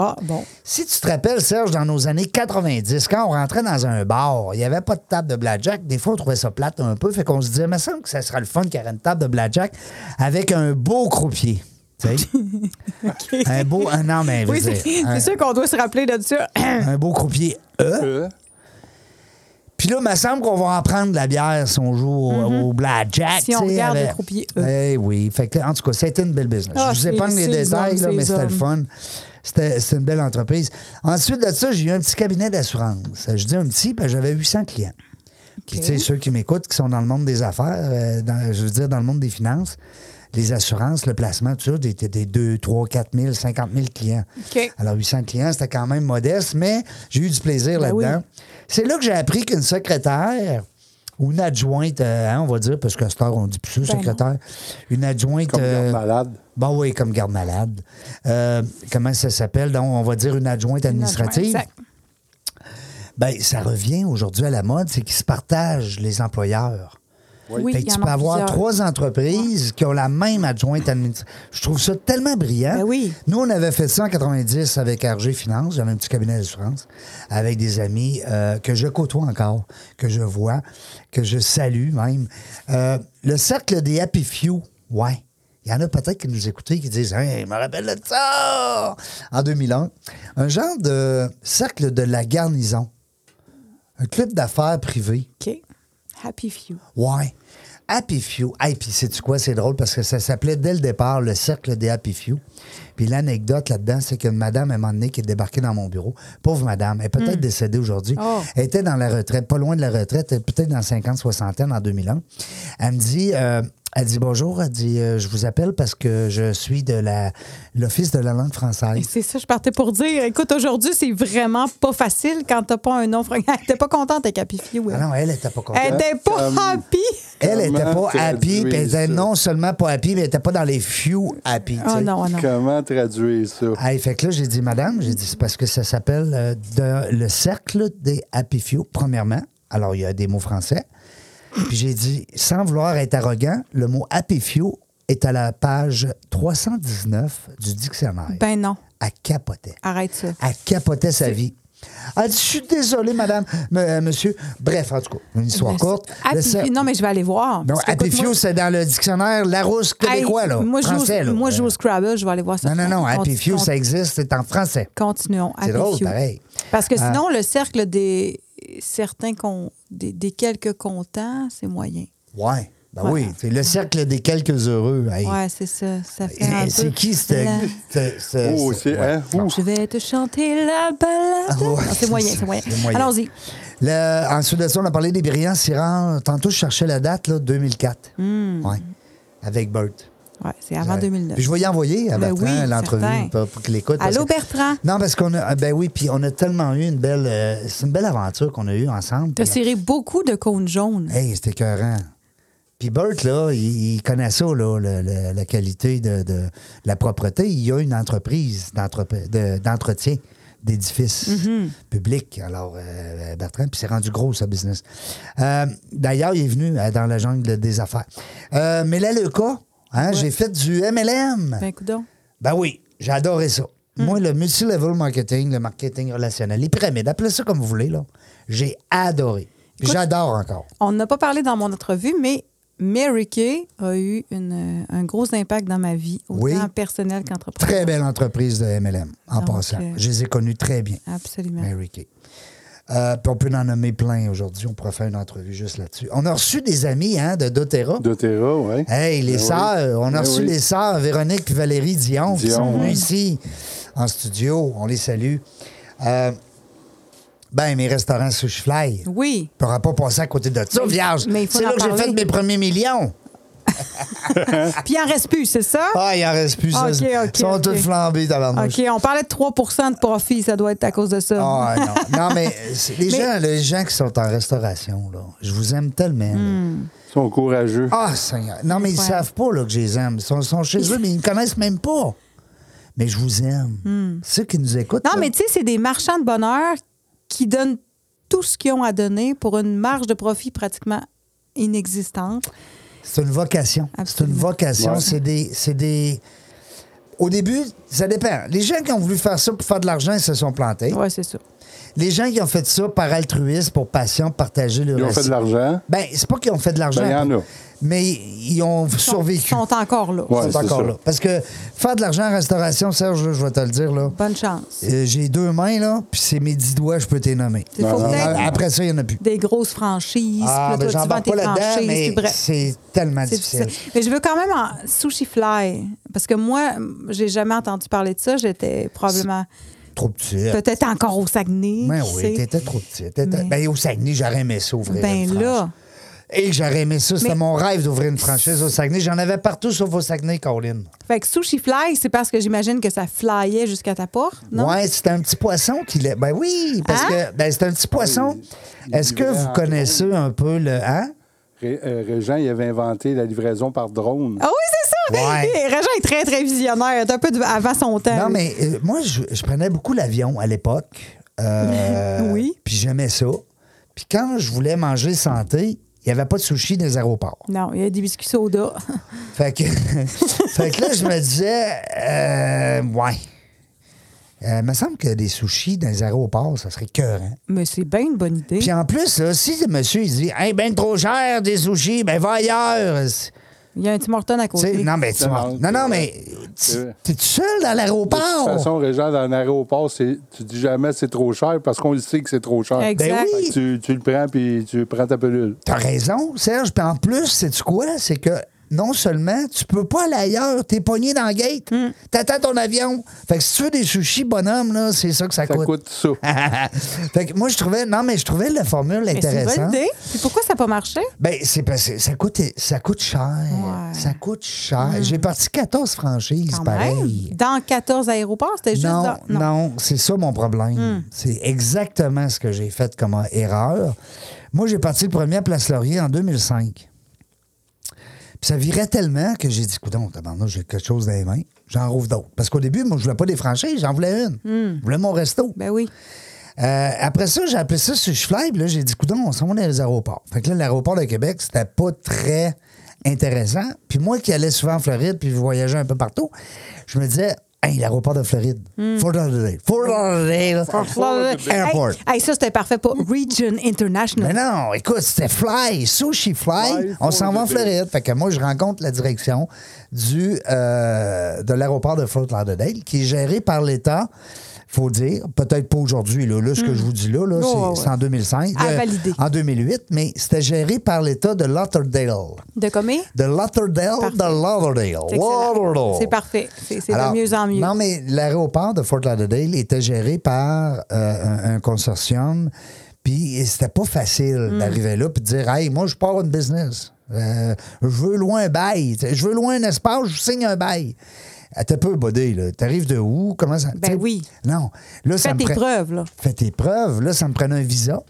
A: Ah, bon.
B: Si tu te rappelles, Serge, dans nos années 90, quand on rentrait dans un bar, il n'y avait pas de table de blackjack. Des fois, on trouvait ça plate un peu. Fait qu'on se disait, mais semble que ça sera le fun qu'il y aurait une table de blackjack avec un beau croupier. Tu sais? Un beau. Un, non, mais je veux
A: Oui, c'est
B: dire,
A: c'est
B: hein. un-
A: sûr qu'on doit se rappeler de ça.
B: un beau croupier E.
C: Euh,
B: Puis là, il me semble qu'on va en prendre de la bière si on joue au- au Blackjack.
A: Mhm. Si on
B: tu sais,
A: regarde le croupier, eux.
B: Eh oui. Fait que, en tout cas, c'était une belle business.
A: Ah,
B: Je vous
A: c'est-
B: épargne les
A: c'est les
B: détails,
A: hommes,
B: là,
A: c'est
B: mais
A: les
B: c'était le
A: hommes.
B: fun. C'était c'était une belle entreprise. Ensuite de ça, j'ai eu un petit cabinet d'assurance. Je dis un petit, parce que j'avais 800 clients. Puis, tu sais, ceux qui m'écoutent, qui sont dans le monde des affaires, euh, dans- je veux dire, dans le monde des finances, les assurances, le placement, tout ça, des, des- des 2, 3, 4 000, 50 000 clients.
A: OK.
B: Alors, 800 clients, c'était quand même modeste, mais j'ai eu du plaisir
A: Ben
B: là-dedans.
A: oui.
B: C'est là que j'ai appris qu'une secrétaire ou une adjointe, euh, hein, on va dire, parce qu'à cette heure, on dit plus ça,
A: Ben
B: secrétaire, une adjointe.
C: comme
B: euh,
C: garde malade.
B: Bon, oui, comme garde malade. Euh, comment ça s'appelle? Donc, on va dire une adjointe administrative.
A: Exact.
B: Ben, ça revient aujourd'hui à la mode, c'est qu'ils se partagent les employeurs.
A: Oui,
B: Fait
A: il
B: que
A: y
B: tu
A: en
B: peux
A: a
B: avoir
A: plusieurs.
B: trois entreprises qui ont la même adjointe administrative. Je trouve ça tellement brillant.
A: Ben oui.
B: Nous, on avait fait ça en 90 avec RG Finance, j'avais un petit cabinet d'assurance, avec des amis euh, que je côtoie encore, que je vois, que je salue même. Euh, le cercle des Happy Few, ouais. Il y en a peut-être qui nous écoutent qui disent Hey, je me rappelle de ça En 2001. Un genre de cercle de la garnison. Un club d'affaires privé.
A: OK. Happy Few.
B: Ouais. Happy Few. Hey, puis sais-tu quoi? C'est drôle parce que ça s'appelait dès le départ le cercle des Happy Few. Puis l'anecdote là-dedans, c'est qu'une madame, à un moment donné, qui est débarquée dans mon bureau, pauvre madame, elle est peut-être décédée aujourd'hui,
A: Hmm. Oh.
B: elle était dans la retraite, pas loin de la retraite, elle est peut-être dans 50, 60 ans, en 2001. Elle me dit... euh, elle dit bonjour, elle dit euh, je vous appelle parce que je suis de la l'office de la langue
A: Et
B: française.
A: C'est ça, je partais pour dire. Écoute, aujourd'hui, c'est vraiment pas facile quand t'as pas un nom. franc- T'es pas contente avec Happy Few.
B: Ah
A: Elle
B: non, euh, elle était pas contente.
A: Elle était pas
C: Comme-
A: happy.
B: Elle était
C: Comment
B: pas happy,
C: traduire
B: puis elle était
C: ça?
B: non seulement pas happy, mais elle était pas dans les few happy. tu
A: Oh
B: sais.
A: non, Euh, oh non.
C: Comment traduire ça?
B: Hey, fait que là, j'ai dit, madame, j'ai dit, c'est parce que ça s'appelle euh, de- le cercle des Happy Few, premièrement. Alors, il y a des mots français. Puis j'ai dit, sans vouloir être arrogant, le mot Happy Few est à la page 319 du dictionnaire.
A: Ben non.
B: elle capotait.
A: Arrête ça.
B: Elle capotait sa vie. Elle dit, je suis désolé, madame, m- euh, monsieur. Bref, en tout cas, une histoire
A: Ben,
B: courte.
A: Happy-
B: Laisse ça.
A: Non, mais je vais aller voir.
B: Non,
A: Parce que, écoute,
B: Apifio,
A: moi-
B: c'est dans le dictionnaire Larousse québécois,
A: Hey,
B: là.
A: Moi, je joue,
B: français, là.
A: au- moi, je joue
B: Euh,
A: au Scrabble, je vais aller voir ça.
B: Non, non, non,
A: Conti-
B: Happy Few,
A: conti-
B: ça existe, c'est en français.
A: Continuons.
B: C'est
A: Happy
B: drôle,
A: Few.
B: pareil. Ah.
A: Parce que sinon, le cercle des certains con- des, des quelques contents, c'est moyen.
B: Ouais. Ben
A: Ouais.
B: oui, c'est le cercle des quelques heureux. hey.
A: Ouais, c'est ça. Ça fait un
B: Et C'est
A: peu
B: qui, c'était.
A: la-
C: Oh, c'est. Hein? Ouh.
A: Je vais te chanter la balade.
B: Ah ouais,
A: Non, c'est moyen,
B: c'est-
A: c'est moyen.
B: c'est moyen.
A: Allons-y.
B: Le- ensuite de ça, on a parlé des brillants sirens. Tantôt, je cherchais la date, là, 2004.
A: Hmm.
B: Ouais. Avec Bert.
A: Ouais, c'est avant
B: Ouais.
A: 2009.
B: Puis je vais y envoyer à
A: Ben
B: Bertrand
A: oui, certain.
B: l'entrevue pour, pour qu'il écoute. parce
A: Allô, Ben?
B: que-
A: Bertrand?
B: Non, parce qu'on a. Ben oui, puis on a tellement eu une belle. euh, c'est une belle aventure qu'on a eue ensemble.
A: T'as
B: Puis-
A: serré beaucoup de cônes jaunes.
B: Hey, c'était écœurant. Puis Bert, là, il, il connaît ça, là, le- le- la qualité de, de la propreté. Il y a une entreprise d'entrep- de- d'entretien d'édifices
A: Mm-hmm.
B: publics. Alors, euh, Bertrand, puis c'est rendu gros, ce business. Euh, D'ailleurs, il est venu euh, dans la jungle des affaires. Euh, mais là, le cas, hein, j'ai fait du MLM.
A: Ben, Mm. coudonc.
B: Ben oui, j'ai adoré ça. Moi, le multi-level marketing, le marketing relationnel, les pyramides, appelez ça comme vous voulez, là. J'ai adoré. Puis
A: Écoute-
B: J'adore encore.
A: On n'a pas parlé dans mon entrevue, mais Mary Kay a eu une, euh, un gros impact dans ma vie, autant
B: Oui.
A: personnel qu'entrepreneur.
B: Très belle entreprise de MLM, en
A: Donc,
B: passant.
A: euh,
B: Je les ai connus très bien,
A: Absolument.
B: Mary Kay. Euh, puis on peut en nommer plein aujourd'hui. On pourrait faire une entrevue juste là-dessus. On a reçu des amis hein, de doTERRA.
C: Doterra, oui.
A: Euh,
B: Hey, les
C: Ben oui.
B: sœurs. On a
C: Ben
B: reçu
C: oui.
B: les sœurs Véronique et Valérie Dion, qui
C: Dion,
B: sont venues
C: oui.
B: ici en studio. On les salue. Euh, ben, mes restaurants Sushi Fly.
A: Oui.
B: Tu n'auras pas passé à côté de ça, vierge.
A: mais il faut
B: C'est
A: en
B: là que j'ai
A: parler.
B: fait mes premiers millions.
A: Puis il en reste plus, c'est ça?
B: Ah, il en reste plus. ça.
A: Ok, ok,
B: Ils sont
A: ok.
B: tous flambés dans leur
A: OK, on parlait de 3 de profit, ça doit être à cause de ça.
B: Ah, non. non, mais c'est- les,
A: Mais-
B: Gens, les gens qui sont en restauration, là, je vous aime tellement. là.
A: Hmm.
C: Ils sont courageux.
B: Ah, Seigneur. Non, mais ils
A: Ouais.
B: savent pas là, que je les aime. Ils sont, sont chez eux, mais ils ne connaissent même pas. Mais je vous aime. Ceux qui nous écoutent.
A: Hmm. Non,
B: là,
A: mais tu sais, c'est des marchands de bonheur qui donnent tout ce qu'ils ont à donner pour une marge de profit pratiquement inexistante.
B: C'est une vocation. C'est une
A: Absolument.
B: vocation.
C: Ouais.
B: C'est des. C'est des. Au début, ça dépend. Les gens qui ont voulu faire ça pour faire de l'argent, ils se sont plantés.
A: Ouais, c'est ça.
B: Les gens qui ont fait ça par altruisme, pour passion, partager leur
C: Ils ont fait de l'argent.
B: Ben, c'est pas qu'ils ont fait de l'argent.
C: Ben, il y en a.
B: Mais ils ont
A: Ils sont-
B: survécu.
A: sont encore là.
C: Ouais.
B: sont
C: c'est
B: encore
C: ça.
B: là. Parce que faire de l'argent en restauration, Serge, là, je vais te le dire, là.
A: Bonne chance.
B: euh, J'ai deux mains, là, puis c'est mes dix doigts, je peux t'y nommer.
A: Il faut
C: Non, non,
A: peut-être
C: non.
B: Après ça, il n'y en a plus.
A: des grosses franchises.
B: Ah,
A: puis
B: ben,
A: là, toi, tu
B: j'en
A: vends
B: parle pas
A: tes
B: là-dedans,
A: franchises.
B: mais
A: puis bref.
B: c'est tellement
A: C'est
B: difficile.
A: difficile. Mais je veux quand même en sushi fly parce que moi, j'ai jamais entendu parler de ça. J'étais probablement
B: Trop petit.
A: peut-être encore au Saguenay.
B: Ben
A: qui
B: oui,
A: sait.
B: t'étais trop petit. T'étais-
A: Mais-
B: Ben, au Saguenay, j'aurais aimé ça ouvrir
A: Ben
B: une franchise.
A: là,
B: Et j'aurais aimé ça. C'était
A: Mais-
B: mon rêve d'ouvrir une franchise au Saguenay. J'en avais partout sauf au Saguenay, Caroline.
A: fait que sushi fly, c'est parce que j'imagine que ça flyait jusqu'à ta porte, non
B: Ouais, c'est un petit poisson qu'il est. Ben oui, parce
A: Hein?
B: que ben, c'est un petit
C: Ah
B: poisson.
C: il- il
B: Est-ce que
C: vivait
B: vous
C: en
B: connaissez un peu le. Hein?
C: Ré- euh, Régent, il avait inventé la livraison par drone.
A: Ah oui, c'est ça.
B: Ouais.
A: Hey, Régent est très très visionnaire, est un peu de- avant son temps.
B: Non, mais euh, moi, je, je prenais beaucoup l'avion à l'époque. Euh,
A: Oui.
B: Puis j'aimais ça. Puis quand je voulais manger santé, il n'y avait pas de sushi dans les aéroports.
A: Non, il y a des biscuits soda.
B: Fait que, fait que là, je me disais, euh, ouais. Euh, il me semble que des sushis dans les aéroports, ça serait cœur. hein.
A: mais c'est bien une bonne idée.
B: Puis en plus, là, si le monsieur il dit, hey, ben trop cher des sushis, ben va ailleurs.
A: Il y a un Tim Horton à
B: Tu sais,
A: côté.
B: non, mais tu
C: Non,
B: m'as-
C: non,
B: Non, non,
C: c'est
B: mais
C: C'est
B: tu-
C: vrai.
B: t'es-tu seul dans
A: Ah,
C: De toute
B: l'aéroport?
C: façon, Régent, dans un aéroport, c'est- tu dis jamais c'est trop cher parce qu'on le sait que c'est trop cher.
A: Exact.
B: Ben
C: Fait
B: oui,
C: que Tu, tu le prends puis tu prends ta pelule.
B: t'as raison, Serge. Puis en plus, c'est-tu quoi? C'est que non seulement tu peux pas aller ailleurs, t'es pogné dans le gate,
A: Mm.
B: t'attends ton avion. Fait que si tu veux des sushis, bonhomme, là, c'est ça que ça,
C: Ça coûte ça.
B: fait que moi, je trouvais. Non, mais je trouvais la formule
A: mais c'est une bonne
B: intéressante.
A: idée. Puis pourquoi ça n'a pas marché?
B: Ben, c'est parce que ça coûte, ça coûte cher.
A: Ouais. Mm.
B: Ça coûte cher. J'ai parti 14 franchises,
A: Quand
B: pareil.
A: même. Dans 14 aéroports, c'était juste
B: Non,
A: dans-
B: non, c'est ça mon problème. C'est exactement ce que j'ai fait comme erreur. Moi, j'ai parti le premier à Place Laurier en 2005. Puis ça virait tellement que j'ai dit, coudon, tabarnak, j'ai quelque chose dans les mains. J'en rouvre d'autres. Parce qu'au début, moi, je voulais pas des franchises, j'en voulais une. Je voulais mon resto.
A: Ben oui.
B: Euh, après ça, j'ai appelé ça sur Fly, puis là, j'ai dit, coudon, on s'en va dans les aéroports. Fait que là, l'aéroport de Québec, c'était pas très intéressant. Puis moi qui allais souvent en Floride, puis je voyageais un peu partout, je me disais, Hey, l'aéroport de Floride. Fort Lauderdale. Fort Lauderdale. Airport.
A: Hey, hey, ça, c'était parfait pour Region International.
B: Mais non, écoute, c'était Fly, Sushi Fly.
C: Fly,
B: on s'en va en
A: ben
C: Florida.
B: Floride. Fait que moi, je rencontre la direction du, euh, de l'aéroport de Fort Lauderdale, qui est géré par l'État. Faut dire, peut-être pas aujourd'hui, là, Là, ce que je vous dis là, là,
A: Ouais,
B: c'est,
A: Hmm. Oh, ouais,
B: c'est en
A: ouais.
B: 2005.
A: À
B: Euh,
A: valider.
B: En 2008, mais c'était géré par l'État de Lauderdale.
A: De combien?
B: De Lauderdale,
A: Parfait.
B: de Lauderdale.
A: C'est excellent.
B: Lauderdale.
A: C'est parfait. C'est c'est
B: Alors,
A: de mieux en mieux.
B: Non, mais l'aéroport de Fort Lauderdale était géré par euh, un, un consortium. Puis c'était pas facile
A: Hmm.
B: d'arriver là puis de dire Hey, moi, je pars une business. Euh, je veux loin un bail. Tu sais, Je veux loin un espace, je signe un bail. Ah, T'es peu bodé, là. T'arrives de où? Comment ça. tu sais,
A: Ben oui.
B: Non. Là, ça
A: Fais
B: me
A: tes
B: prend-
A: preuves, là.
B: Fais tes preuves. Là, ça me prenait un visa.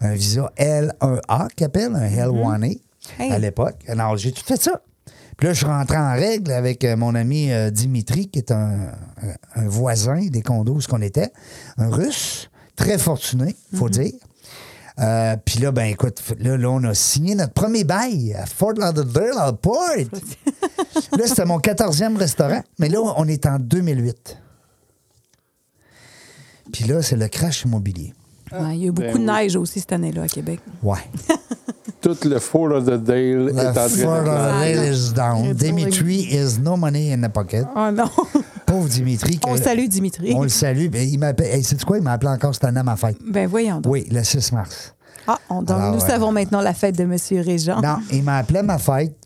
B: Un visa L1A qu'appelle, un L1A
A: Hey.
B: à l'époque. Alors, j'ai tout fait ça. Puis là, je suis rentré en règle avec euh, mon ami euh, Dimitri, qui est un, un- un voisin des condos où ce qu'on était, un russe, très fortuné, faut dire. Euh, puis là, ben écoute, là, là, on a signé notre premier bail à Fort Lauderdale Airport. là, c'était mon 14e restaurant. Mais là, on est en 2008. Puis là, c'est le crash immobilier.
A: Ouais, il y a eu beaucoup de
C: oui.
A: neige aussi cette année-là à Québec.
B: Ouais.
C: Tout le Fort Lauderdale
B: Le
C: est en train de
B: Fort
C: planter.
B: Lauderdale is down.
A: Et pour-
B: Dimitri is no money in the pocket.
A: Oh non!
B: Pauvre Dimitri. que-
A: On salue Dimitri.
B: Euh, On le salue. Ben, Il m'appelle. Hey, sais-tu quoi? Il m'a appelé encore cette année à ma fête.
A: Ben voyons donc.
B: Oui, le 6 mars.
A: Ah, on- donc,
B: Alors,
A: nous
B: euh,
A: savons maintenant la fête de M. Régent.
B: Non, il m'a appelé à ma fête.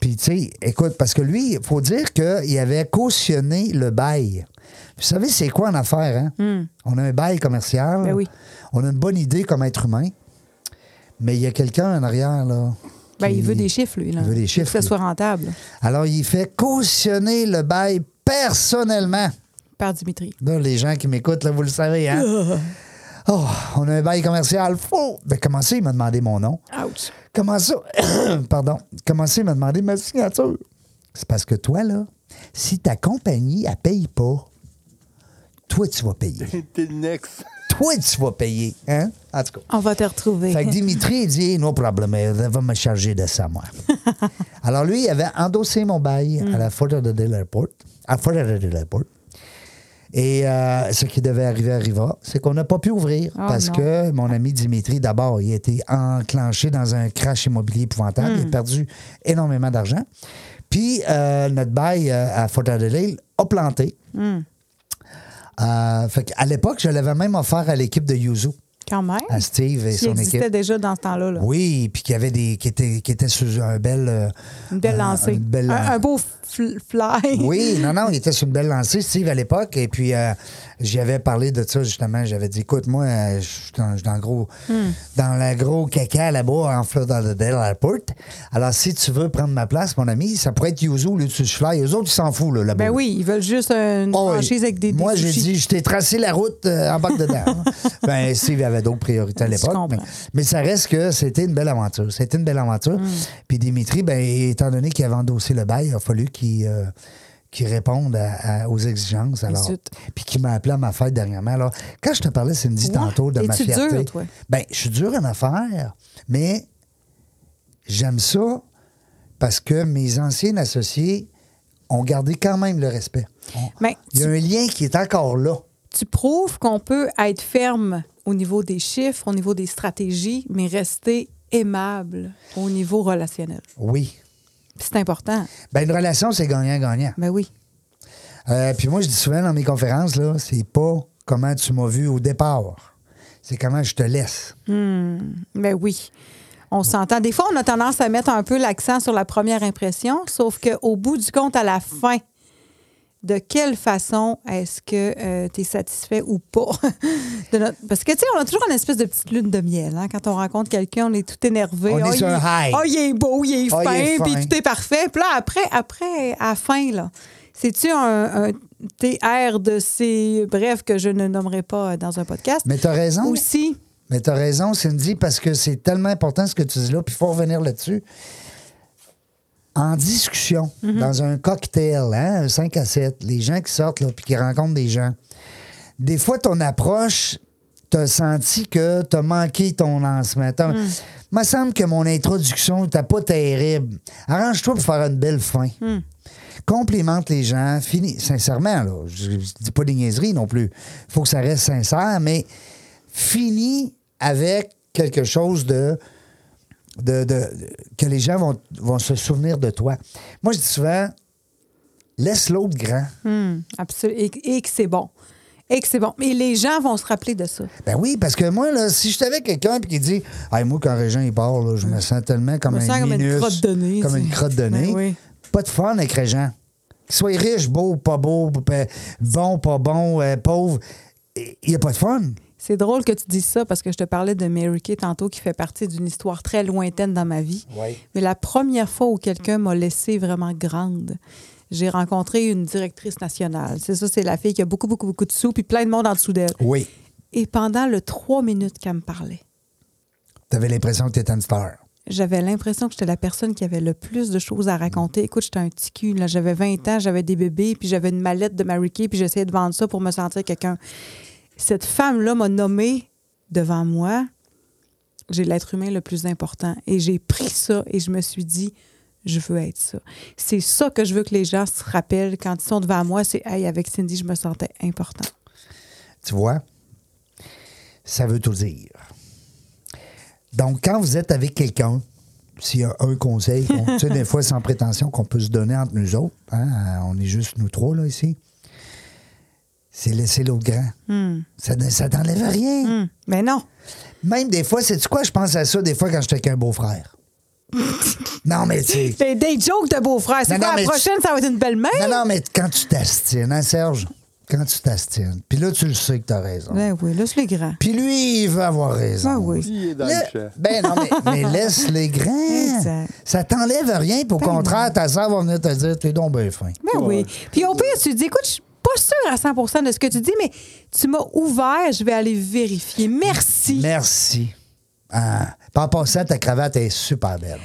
B: Puis, tu sais, écoute, parce que lui, il faut dire qu'il avait cautionné le bail. Vous savez, c'est quoi en affaire, hein? On a un bail commercial.
A: Hmm. Ben oui.
B: On a une bonne idée comme être humain. Mais il y a quelqu'un en arrière, là.
A: Ben, il
B: qui-
A: veut des chiffres, lui. Là.
B: Il veut des chiffres.
A: Que
B: lui.
A: ce soit rentable
B: Alors, il fait cautionner le bail personnellement.
A: par Dimitri.
B: Là, les gens qui m'écoutent, là, vous le savez, hein? Oh, on a un bail commercial faux. Ben, comment ça, il m'a demandé mon nom?
A: Ouch!
B: Comment ça? Pardon. Comment ça, il m'a demandé ma signature? C'est parce que toi, là, si ta compagnie, elle paye pas, toi, tu vas payer.
C: T'es le next.
B: toi, tu vas payer. Hein? En tout cas.
A: On va te retrouver.
B: Fait que Dimitri, il dit, no problem, elle va me charger de ça, moi. Alors lui, il avait endossé mon bail à la Fort Lauderdale Airport. À Fort Lauderdale Airport. Et euh, ce qui devait arriver arriva, c'est qu'on n'a pas pu ouvrir
A: Oh
B: parce
A: non.
B: que mon ami Dimitri, d'abord, il a été enclenché dans un crash immobilier épouvantable.
A: Hmm.
B: Il a perdu énormément d'argent. Puis euh, notre bail euh, à Fort Lauderdale a planté.
A: Hmm.
B: Euh, fait à l'époque, je l'avais même offert à l'équipe de Yuzu,
A: Quand même.
B: à Steve et
A: Qui
B: Ah, son
A: existait
B: équipe.
A: déjà dans ce temps-là. là.
B: Oui, puis qu'il y avait des qui étaient qui étaient sur un bel euh,
A: Une belle
B: un-
A: lancée.
B: une belle-
A: un, un beau fl- fly.
B: Oui, non non, il était sur une belle lancée Steve à l'époque et puis euh, j'y avais parlé de ça justement, j'avais dit écoute moi euh, je suis dans, je suis dans le gros dans la gros caca là-bas en Florida Lauderdale Airport. Alors si tu veux prendre ma place mon ami, ça pourrait être Yuzu ou Lutus Fly, eux autres ils s'en foutent là, là-bas.
A: Ben oui, ils veulent juste une
B: Oh, oui.
A: franchise avec des des
B: Moi, j'ai
A: sushis.
B: dit, je t'ai tracé la route euh, en bas dedans. ben, Steve avait d'autres priorités à l'époque.
A: comprends.
B: Mais, mais ça reste que c'était une belle aventure. C'était une belle aventure.
A: Mm.
B: Puis Dimitri, ben, étant donné qu'il avait endossé le bail, il a fallu qu'il euh, qu'il réponde à- à- aux exigences. Alors,
A: zut.
B: puis qu'il m'a appelé à ma fête dernièrement. Alors, quand je te parlais, Cindy,
A: Ouais.
B: tantôt de ma
A: Es-tu dur,
B: fierté.
A: toi?
B: Ben, je suis dur en affaires, mais j'aime ça parce que mes anciens associés ont gardé quand même le respect. On-
A: Mais
B: il y a un lien qui est encore là.
A: tu prouves qu'on peut être ferme au niveau des chiffres, au niveau des stratégies, mais rester aimable au niveau relationnel.
B: Oui.
A: Puis C'est important.
B: Ben, une relation, c'est gagnant-gagnant.
A: Ben oui.
B: Euh, puis moi, je dis souvent dans mes conférences, là, c'est pas comment tu m'as vu au départ. C'est comment je te laisse.
A: Ben oui. On s'entend. Des fois, on a tendance à mettre un peu l'accent sur la première impression, sauf qu'au bout du compte, à la fin, de quelle façon est-ce que tu es satisfait ou pas? de notre- Parce que, tu sais, on a toujours une espèce de petite lune de miel. hein. Quand on rencontre quelqu'un, on est tout énervé.
B: On est
A: Ah,
B: sur
A: il-
B: un high.
A: Ah, il est beau, il est
B: Ah, il est
A: fin,
B: fin.
A: puis tout est parfait. Puis là, après, après, à la fin, là, c'est-tu un, un TR de ces... Bref, que je ne nommerai pas dans un podcast.
B: Mais t'as raison.
A: Aussi...
B: Mais t'as raison, Cindy, parce que c'est tellement important ce que tu dis là, puis il faut revenir là-dessus. En discussion, dans un cocktail, hein, un 5 à 7, les gens qui sortent, là, puis qui rencontrent des gens, des fois, ton approche, t'as senti que t'as manqué ton lancement. T'as- me semble que mon introduction, t'as pas terrible. Arrange-toi pour faire une belle fin. complimente les gens, finis, sincèrement, là, je, je dis pas des niaiseries non plus. faut que ça reste sincère, mais finis avec quelque chose de. de, de- que les gens vont, vont se souvenir de toi. Moi, je dis souvent, laisse l'autre grand.
A: Absolument. Et, et que c'est bon. Et que c'est bon. Mais les gens vont se rappeler de ça.
B: Ben oui, parce que moi, là, si j'étais avec quelqu'un puis qui dit Hey, moi, quand Régent il part, là, je me sens tellement comme
A: Je me
B: un
A: sens comme une
B: minus,
A: crotte de nez,
B: Comme
A: tu
B: une
A: sais.
B: crotte de nez.
A: Ben oui.
B: Pas de fun avec Régent. Qu'il soit riche, beau, pas beau, pa- bon, pas bon, euh, pauvre, il n'y a pas de fun.
A: C'est drôle que tu dises ça parce que je te parlais de Mary Kay tantôt qui fait partie d'une histoire très lointaine dans ma vie.
B: Oui.
A: Mais la première fois où quelqu'un m'a laissée vraiment grande, j'ai rencontré une directrice nationale. C'est ça, c'est la fille qui a beaucoup, beaucoup, beaucoup de sous, puis plein de monde en dessous d'elle.
B: Oui.
A: Et pendant le trois minutes qu'elle me parlait,
B: T'avais l'impression que t'étais une star.
A: j'avais l'impression que j'étais la personne qui avait le plus de choses à raconter. Écoute, j'étais un petit cul. là. J'avais 20 ans, j'avais des bébés, puis j'avais une mallette de Mary Kay, puis j'essayais de vendre ça pour me sentir quelqu'un. Cette femme-là m'a nommée devant moi. J'ai l'être humain le plus important. Et j'ai pris ça et je me suis dit, je veux être ça. C'est ça que je veux que les gens se rappellent quand ils sont devant moi. C'est, hey, avec Cindy, je me sentais important.
B: Tu vois? Ça veut tout dire. Donc, quand vous êtes avec quelqu'un, s'il y a un conseil, qu'on- tu sais, des fois sans prétention qu'on peut se donner entre nous autres, hein, on est juste nous trois là ici, c'est laisser l'autre grand. Ça, ne- ça t'enlève rien.
A: Hum, Mais non.
B: Même des fois, c'est quoi, je pense à ça des fois quand j'étais avec un beau-frère. non, mais tu sais,
A: C'est des jokes de beau-frère. C'est
B: Non,
A: quoi,
B: non,
A: la
B: mais tu-
A: prochaine, ça va être une belle main?
B: Non, non, mais quand tu t'astines, hein, Serge? Quand tu t'astines. Puis là, tu le sais que t'as raison.
A: Ben oui, là, c'est les grands.
B: Puis lui, il veut avoir raison.
A: Ah oui.
C: Il est dans
B: Le-
C: le champ.
B: Ben non, mais, mais laisse les grains.
A: Exact.
B: Ça t'enlève rien. Puis au
A: Ben
B: contraire, ta soeur va venir te dire T'es donc bien fin.
A: Ben oui. Puis au pire, tu dis, écoute, je suis pas sûre à 100 de ce que tu dis, mais tu m'as ouvert, je vais aller vérifier. Merci.
B: Merci. Ah. Puis En passant, ta cravate est super belle.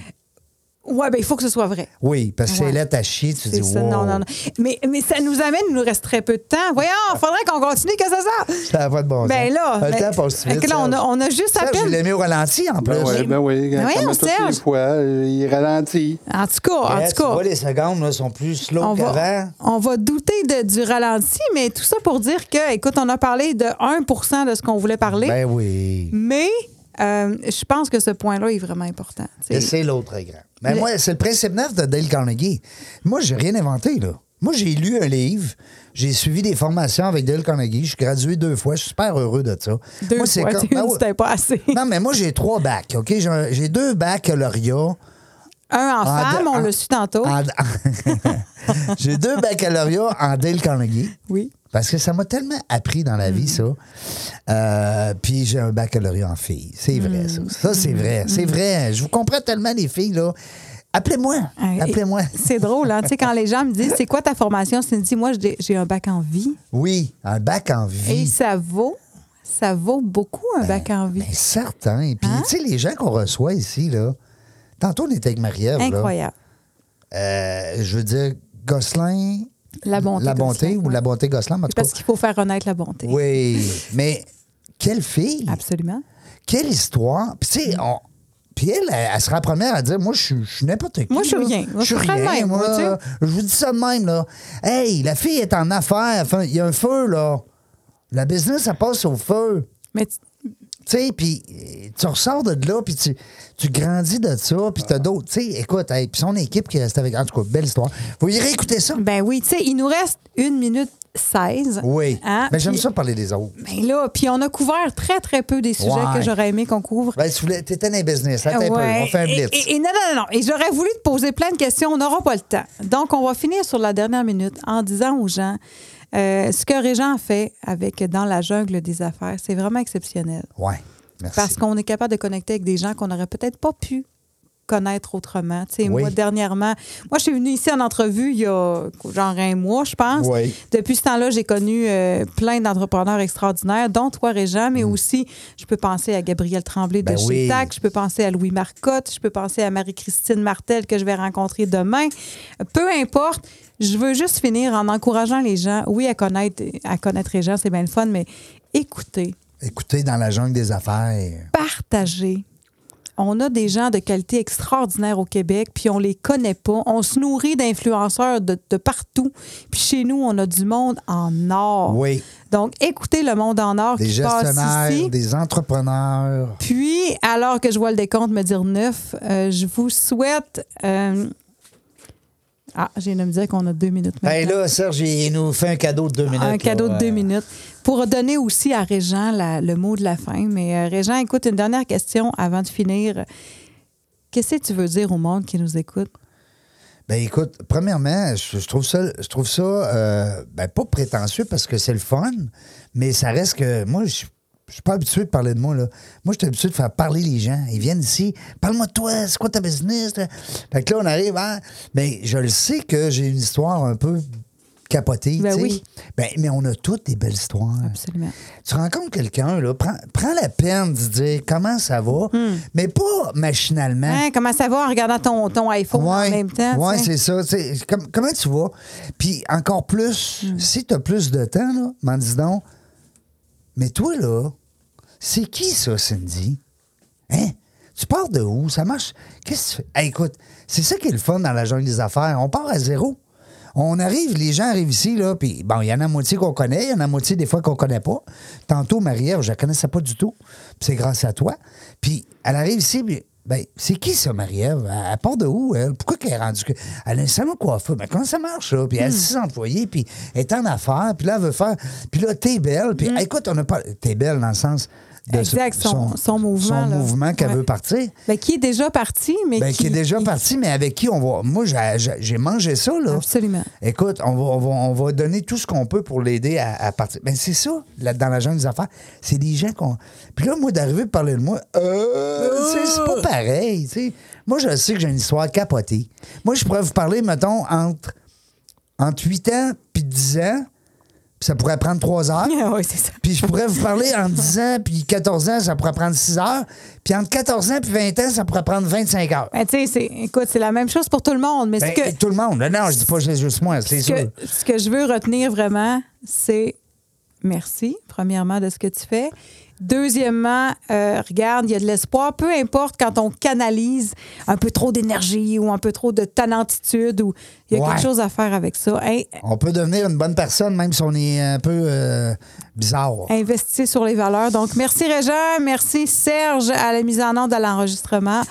A: Ouais, ben il faut que ce soit vrai.
B: Oui, parce que
A: Ouais.
B: c'est là ta chier, tu dis
A: C'est ça,
B: wow.
A: non, non, non. Mais, mais ça nous amène, il nous reste très peu de temps. Voyons,
B: Ah.
A: faudrait qu'on continue, que ça sorte.
B: Ça va de bon sens.
A: Ben là, ben-
B: Le temps passe
A: fait
B: vite.
A: que là, on a-
B: Serge.
A: on a juste à
B: Serge,
A: peine-
B: Il l'a mis au ralenti en plus. Eh,
C: Ben oui, ben oui.
A: Ben
C: comme
A: voyons,
C: à toutes les
A: Serge.
C: fois, euh, il ralentit.
A: En tout cas, en
B: Ouais,
A: tout
B: Tu
A: cas.
B: vois, les secondes là, sont plus
A: On
B: slow
A: va,
B: qu'avant.
A: on va douter de- du ralenti, mais tout ça pour dire que, écoute, on a parlé de 1 de ce qu'on voulait parler,
B: Ben oui.
A: mais euh, je pense que ce point-là est vraiment important. tu sais.
B: Laissez l'autre grand. Mais
A: Le-
B: moi, c'est le principe neuf de Dale Carnegie. Moi, j'ai rien inventé, là. Moi, j'ai lu un livre, j'ai suivi des formations avec Dale Carnegie, je suis gradué deux fois, je suis super heureux de ça.
A: Deux
B: moi,
A: fois,
B: comme-
A: tu
B: Ben
A: dis,
B: ouais.
A: c'était pas assez.
B: Non, mais moi, j'ai trois bacs, OK? J'ai un- J'ai deux bacs lauréats.
A: Un en
B: En
A: femme,
B: Ah, de- Ah.
A: on
B: en-
A: le su tantôt.
B: en- j'ai deux baccalauréats en Dale Carnegie.
A: Oui.
B: Parce que ça m'a tellement appris dans
A: Mm.
B: la vie, ça. Euh, puis j'ai un baccalauréat en filles. C'est vrai, ça.
A: Mm.
B: Ça, c'est vrai. C'est vrai. Je vous comprends tellement, les filles, là. Appelez-moi.
A: Hey,
B: Ah, Appelez-moi.
A: Euh, C'est drôle, hein? tu sais, quand les gens me disent c'est quoi ta formation, Cindy, moi j'ai j'ai un bac en vie.
B: Oui, un bac en
A: Et
B: vie.
A: ça vaut, ça vaut beaucoup un bac en vie.
B: Ben, certain. Et
A: Hein?
B: Puis, tu sais, les gens qu'on reçoit ici, là. Tantôt, on était avec Marie-Ève. là.
A: Incroyable.
B: Euh, je veux dire, Gosselin.
A: La bonté
B: La bonté
A: Gosselin,
B: ou
A: ouais.
B: la bonté Gosselin, en tout cas.
A: Parce qu'il faut faire renaître la bonté.
B: Oui. Mais quelle fille.
A: Ah, Absolument.
B: quelle histoire. Puis, tu sais,
A: Mm.
B: on- Puis elle, elle, elle sera la première à dire Moi, je suis- je suis n'importe qui.
A: Moi, je suis
B: là.
A: rien. Moi,
B: Je suis
A: je suis
B: rien.
A: rien,
B: moi.
A: moi, tu sais.
B: je vous dis ça de même. là. Hey, la fille est en affaires. Enfin, Il y a un feu, là. La business, ça passe au feu.
A: Mais tu-
B: Tu sais, puis euh, tu ressors de là, puis tu, tu grandis de ça, puis t'as d'autres. Tu sais, écoute, hey, puis son équipe qui reste avec. En tout cas, belle histoire. Vous irez écouter ça.
A: ben oui, tu sais, il nous reste une minute 16.
B: Oui.
A: Hein?
B: Mais Ben, j'aime
A: Puis-
B: ça parler des autres.
A: Ben là, puis on a couvert très, très peu des sujets
B: Ouais.
A: que j'aurais aimé qu'on couvre.
B: Ben, si vous voulez, t'étais dans les business. Attends un
A: Ouais.
B: peu. On fait un
A: Et-
B: blitz.
A: Et, et non, non, non, non. Et j'aurais voulu te poser plein de questions. On n'aura pas le temps. Donc, on va finir sur la dernière minute en disant aux gens euh, ce que Régent fait avec Dans la jungle des affaires. C'est vraiment exceptionnel.
B: Ouais. Merci.
A: Parce qu'on est capable de connecter avec des gens qu'on n'aurait peut-être pas pu connaître autrement. Tu sais,
B: Oui.
A: Moi, dernièrement, moi, je suis venue ici en entrevue il y a genre un mois, je pense.
B: Oui.
A: Depuis ce temps-là, j'ai connu euh, plein d'entrepreneurs extraordinaires, dont toi, Réjean, mais aussi, je peux penser à Gabriel Tremblay
B: Mm. Ben
A: de
B: oui.
A: chez TAC, je peux penser à Louis Marcotte, je peux penser à Marie-Christine Martel que je vais rencontrer demain. Peu importe, je veux juste finir en encourageant les gens, oui, à connaître, à connaître Réjean, c'est bien le fun, mais écoutez,
B: Écoutez, dans la jungle des affaires.
A: partager. on a des gens de qualité extraordinaire au Québec, puis on les connaît pas. On se nourrit d'influenceurs de, de partout. Puis chez nous, on a du monde en or.
B: Oui.
A: Donc, écoutez le monde en or
B: Des
A: qui passe ici.
B: gestionnaires, des entrepreneurs.
A: Puis, alors que je vois le décompte me dire neuf, euh, je vous souhaite. euh, Ah, j'ai de me dire qu'on a deux minutes maintenant.
D: Ben là, Serge, il nous fait un cadeau de deux minutes.
A: un
D: là.
A: cadeau de deux
D: Ouais.
A: minutes. Pour donner aussi à Régent la- le mot de la fin. Mais euh, Régent, écoute, une dernière question avant de finir. Qu'est-ce que tu veux dire au monde qui nous écoute?
B: Ben écoute, premièrement, je, je trouve ça, je trouve ça euh, ben, pas prétentieux parce que c'est le fun, mais ça reste que moi, je je suis pas habitué de parler de moi. Là. Moi, je suis habitué de faire parler les gens. Ils viennent ici, parle-moi de toi, c'est quoi ta business? là? Fait que là, on arrive à. Mais je le sais que j'ai une histoire un peu capotée.
A: Ben
B: tu sais.
A: oui.
B: Ben, mais on a toutes des belles histoires.
A: Absolument.
B: Tu rencontres quelqu'un, là, prends, prends la peine de dire comment ça va, mais pas machinalement.
A: Hmm. Hein, comment ça va en regardant ton, ton iPhone en même temps?
B: Ben, Ouais,
A: tu sais?
B: c'est ça. tu sais, com- comment tu vas? Puis encore plus,
A: Hmm.
B: si tu as plus de temps, là, m'en dis donc, mais toi, là, c'est qui ça, Cindy? Hein? Tu pars de où? Ça marche? Qu'est-ce que tu fais? Hey, écoute, c'est ça qui est le fun dans la jungle des affaires. On part à zéro. On arrive, les gens arrivent ici, là, puis bon, il y en a moitié qu'on connaît, il y en a moitié des fois qu'on connaît pas. Tantôt, Marie-Ève, je la connaissais pas du tout, puis c'est grâce à toi. Puis elle arrive ici, puis, ben, c'est qui ça, Marie-Ève? Elle, elle part de où, elle? Pourquoi qu'elle est rendue? que- Elle a un salon de coiffeur, mais comment ça marche, ça? Puis elle a six employés, puis elle est en affaires, puis là, elle veut faire. Puis là, t'es belle, puis écoute, on a pas. T'es belle dans le sens. De ce-
A: Exact, son- son mouvement,
B: Son
A: là.
B: mouvement qu'elle
A: Ouais.
B: veut partir.
A: Ben, qui est déjà parti, mais
B: Ben,
A: qui,
B: qui est déjà parti, mais avec qui on va. Moi, j'ai- j'ai j'ai mangé ça, là.
A: Absolument.
B: Écoute, on va, on va, on va donner tout ce qu'on peut pour l'aider à, à partir. Ben, c'est ça, là, dans la jungle des affaires. C'est des gens qu'on. Puis là, moi, d'arriver de parler de moi, euh, tu sais, c'est pas pareil, tu sais. Moi, je sais que j'ai une histoire capotée. Moi, je pourrais vous parler, mettons, entre, entre 8 ans puis 10 ans, puis ça pourrait prendre 3 heures.
A: oui, c'est ça.
B: Puis je pourrais vous parler en 10 ans, puis 14 ans, ça pourrait prendre 6 heures. Puis entre 14 ans puis 20 ans, ça pourrait prendre 25 heures.
A: Ben, tu sais, c'est- écoute, c'est la même chose pour tout le monde. Mais
B: Ben,
A: ce que,
B: Tout le monde. Là, non, je dis pas c'est juste moi, c'est
A: ce
B: sûr.
A: que, ce que je veux retenir vraiment, c'est merci, premièrement, de ce que tu fais. Deuxièmement, euh, regarde, il y a de l'espoir. Peu importe quand on canalise un peu trop d'énergie ou un peu trop de talentitude ou il y a
B: Ouais.
A: quelque chose à faire avec ça. Hein,
B: On peut devenir une bonne personne, même si on est un peu euh, bizarre.
A: Investissez sur les valeurs. Donc, merci Régent, merci Serge à la mise en ordre de l'enregistrement.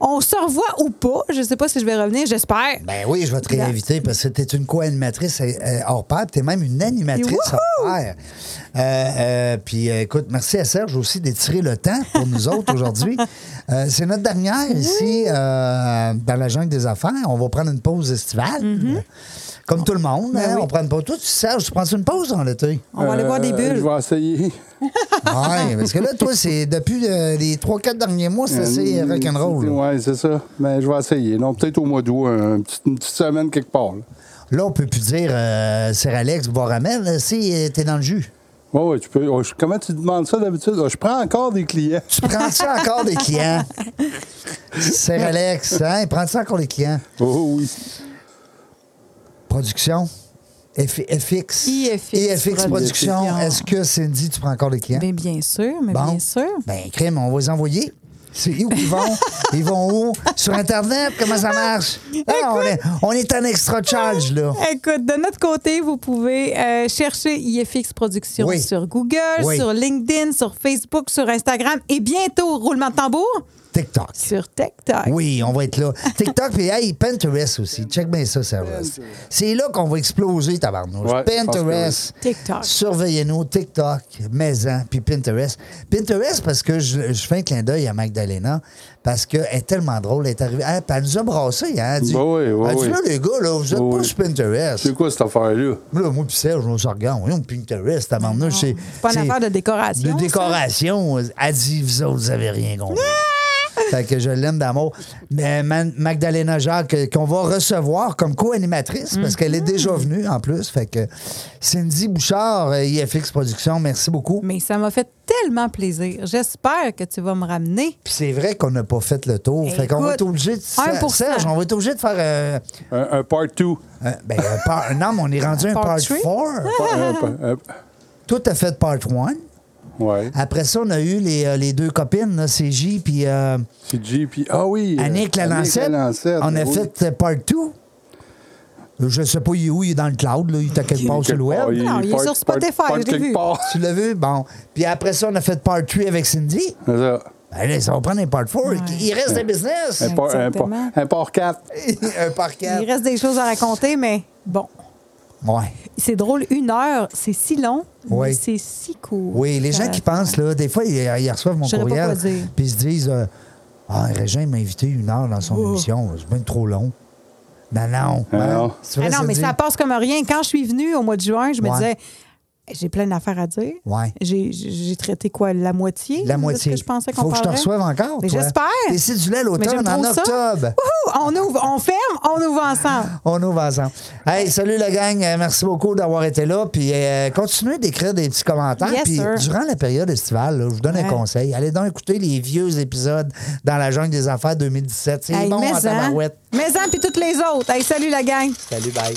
A: On se revoit ou pas. Je ne sais pas si je vais revenir, j'espère.
B: Ben oui, je vais te réinviter parce que t'es une co-animatrice euh, euh, hors pair, puis t'es même une
A: Et
B: animatrice
A: wouhou!
B: hors pair. Euh, euh, puis euh, écoute, merci à Serge aussi d'étirer le temps pour nous autres aujourd'hui. Euh, c'est notre dernière ici euh, dans la jungle des affaires. On va prendre une pause estivale. Comme tout le monde, hein, on prend une pause. Toi, tu, Serge, tu prends une pause dans l'été?
A: On va aller voir des
C: Euh,
A: bulles.
C: Je vais essayer.
B: Oui, parce que là, toi, c'est depuis euh, les 3-4 derniers mois, c'est assez
C: Euh,
B: rock'n'roll. là.
C: Ouais, c'est ça. Mais je vais essayer. Non, peut-être au mois d'août, un petit- une petite semaine quelque part. là.
B: Là, on peut plus dire euh, Sir Alex, boire à mer, là, si euh, t'es dans le jus.
C: Ouais, ouais, tu peux. oh, je- comment tu demandes ça d'habitude? Oh, je prends encore des clients.
B: Tu prends-tu encore des clients? Sir Alex, hein? Prends-tu encore des clients?
C: Oh oui.
B: Production? F- FX?
A: IFX
B: Production.
A: Production.
B: Est-ce que Cindy, tu prends encore des clients?
A: Bien, bien sûr, mais
B: Bon.
A: bien sûr.
B: Ben, crime, on va les envoyer. C'est où qu'ils vont? Ils vont où? Sur Internet? Comment ça marche? Ah, on, est, on est en extra charge, là.
A: Écoute, de notre côté, vous pouvez euh, chercher IFX Productions
B: Oui.
A: sur Google,
B: Oui.
A: sur LinkedIn, sur Facebook, sur Instagram et bientôt, roulement de tambour,
B: TikTok.
A: sur TikTok.
B: Oui, on va être là. TikTok, puis hey, Pinterest aussi. Check bien ça, Servus. C'est là qu'on va exploser, tabarnouche.
C: Ouais, je pense que
B: Pinterest.
A: TikTok.
B: Surveillez-nous, TikTok, Maison, puis Pinterest. Pinterest, parce que je, je fais un clin d'œil à Magdalena, parce qu'elle est tellement drôle. Elle est arrivée. Ah, puis elle nous a brassés, hein. Elle dit,
C: Bah oui, oui,
B: elle dit,
C: oui. Bah
B: là, les gars, là, vous êtes
C: Oui,
B: pas
C: oui.
B: sur Pinterest.
C: C'est quoi cette affaire-là?
B: Là, moi, puis Serge, on se regarde. Voyons, Pinterest, tabarnouche. C'est
A: C'est pas une
B: c'est-
A: affaire de décoration.
B: de
A: ça.
B: décoration. Elle dit, vous autres, vous avez rien compris.
A: Ah!
B: fait que je l'aime d'amour. Mais Man- Magdalena Jacques, euh, qu'on va recevoir comme co-animatrice, parce qu'elle est
A: Mm.
B: déjà venue en plus. Fait que Cindy Bouchard, euh, IFX Productions, merci beaucoup.
A: Mais ça m'a fait tellement plaisir. J'espère que tu vas me ramener.
B: Puis c'est vrai qu'on n'a pas fait le tour. fait qu'on va être
A: Écoute,
B: obligé de.
A: 1%.
B: Serge, on va être obligé de faire. euh,
C: Un, un part 2.
B: un- ben, un part- non, mais on est rendu un
A: Part
B: part
A: three?
B: 4.
C: Un, un- un-
B: Toi, t'as fait part 1.
C: Ouais.
B: Après ça, on a eu les, euh, les deux copines, là, CJ puis euh,
C: CG, puis ah oui. euh,
B: Annick Lalancette.
C: Lalancette,
B: On a
C: oui.
B: fait euh, Part 2. Je sais pas il est où, il est dans le cloud, là, il est à quelque part sur le web.
C: Il
A: Non, il est
C: part-
A: sur Spotify,
C: part- part
A: je l'ai vu.
C: quelque part.
B: Tu l'as vu? Bon. Puis après ça, on a fait Part 3 avec Cindy.
C: C'est ça.
B: Ben là, ça va prendre un Part 4. Il il reste des business.
C: Un port- un port-
A: Exactement.
C: un port 4.
B: un Part 4.
A: Il reste des choses à raconter, mais bon.
B: Ouais.
A: C'est drôle, une heure, c'est si long,
B: Oui.
A: mais c'est si court.
B: Oui, les gens
A: Ça-
B: qui pensent, là, des fois, ils, ils reçoivent mon
A: Je saurais pas
B: courriel,
A: quoi dire.
B: puis ils se disent euh, Ah, Régin m'a invité une heure dans son
A: Oh.
B: émission, c'est bien trop long. Non, non.
C: Ah non.
B: C'est vrai,
A: Ah non, mais
B: dit-
A: ça passe comme rien. Quand je suis venue au mois de juin, je me
B: Ouais.
A: disais, j'ai plein d'affaires à dire.
B: Ouais.
A: J'ai- J'ai traité quoi, la moitié?
B: La
A: de
B: moitié.
A: Ce que je pensais qu'on
B: Faut que je te
A: parlerait?
B: reçoive encore.
A: Mais
B: toi.
A: j'espère.
B: Et si tu l'as
A: Mais j'aime
B: l'automne, en
A: trop ça.
B: octobre,
A: Wouhou! On ouvre, on ferme, on ouvre ensemble.
B: on ouvre ensemble. Hey, salut la gang. Euh, Merci beaucoup d'avoir été là. Puis euh, continuez d'écrire des petits commentaires.
A: Yes,
B: puis
A: sir.
B: durant la période estivale, là, je vous donne un
A: Ouais.
B: conseil. Allez donc écouter les vieux épisodes dans la jungle des affaires 2017. C'est
A: Hey, hein?
B: bon en
A: mais-en.
B: tabarouette.
A: hein, Mais-en, puis toutes les autres. Hey, salut la gang.
B: Salut, bye.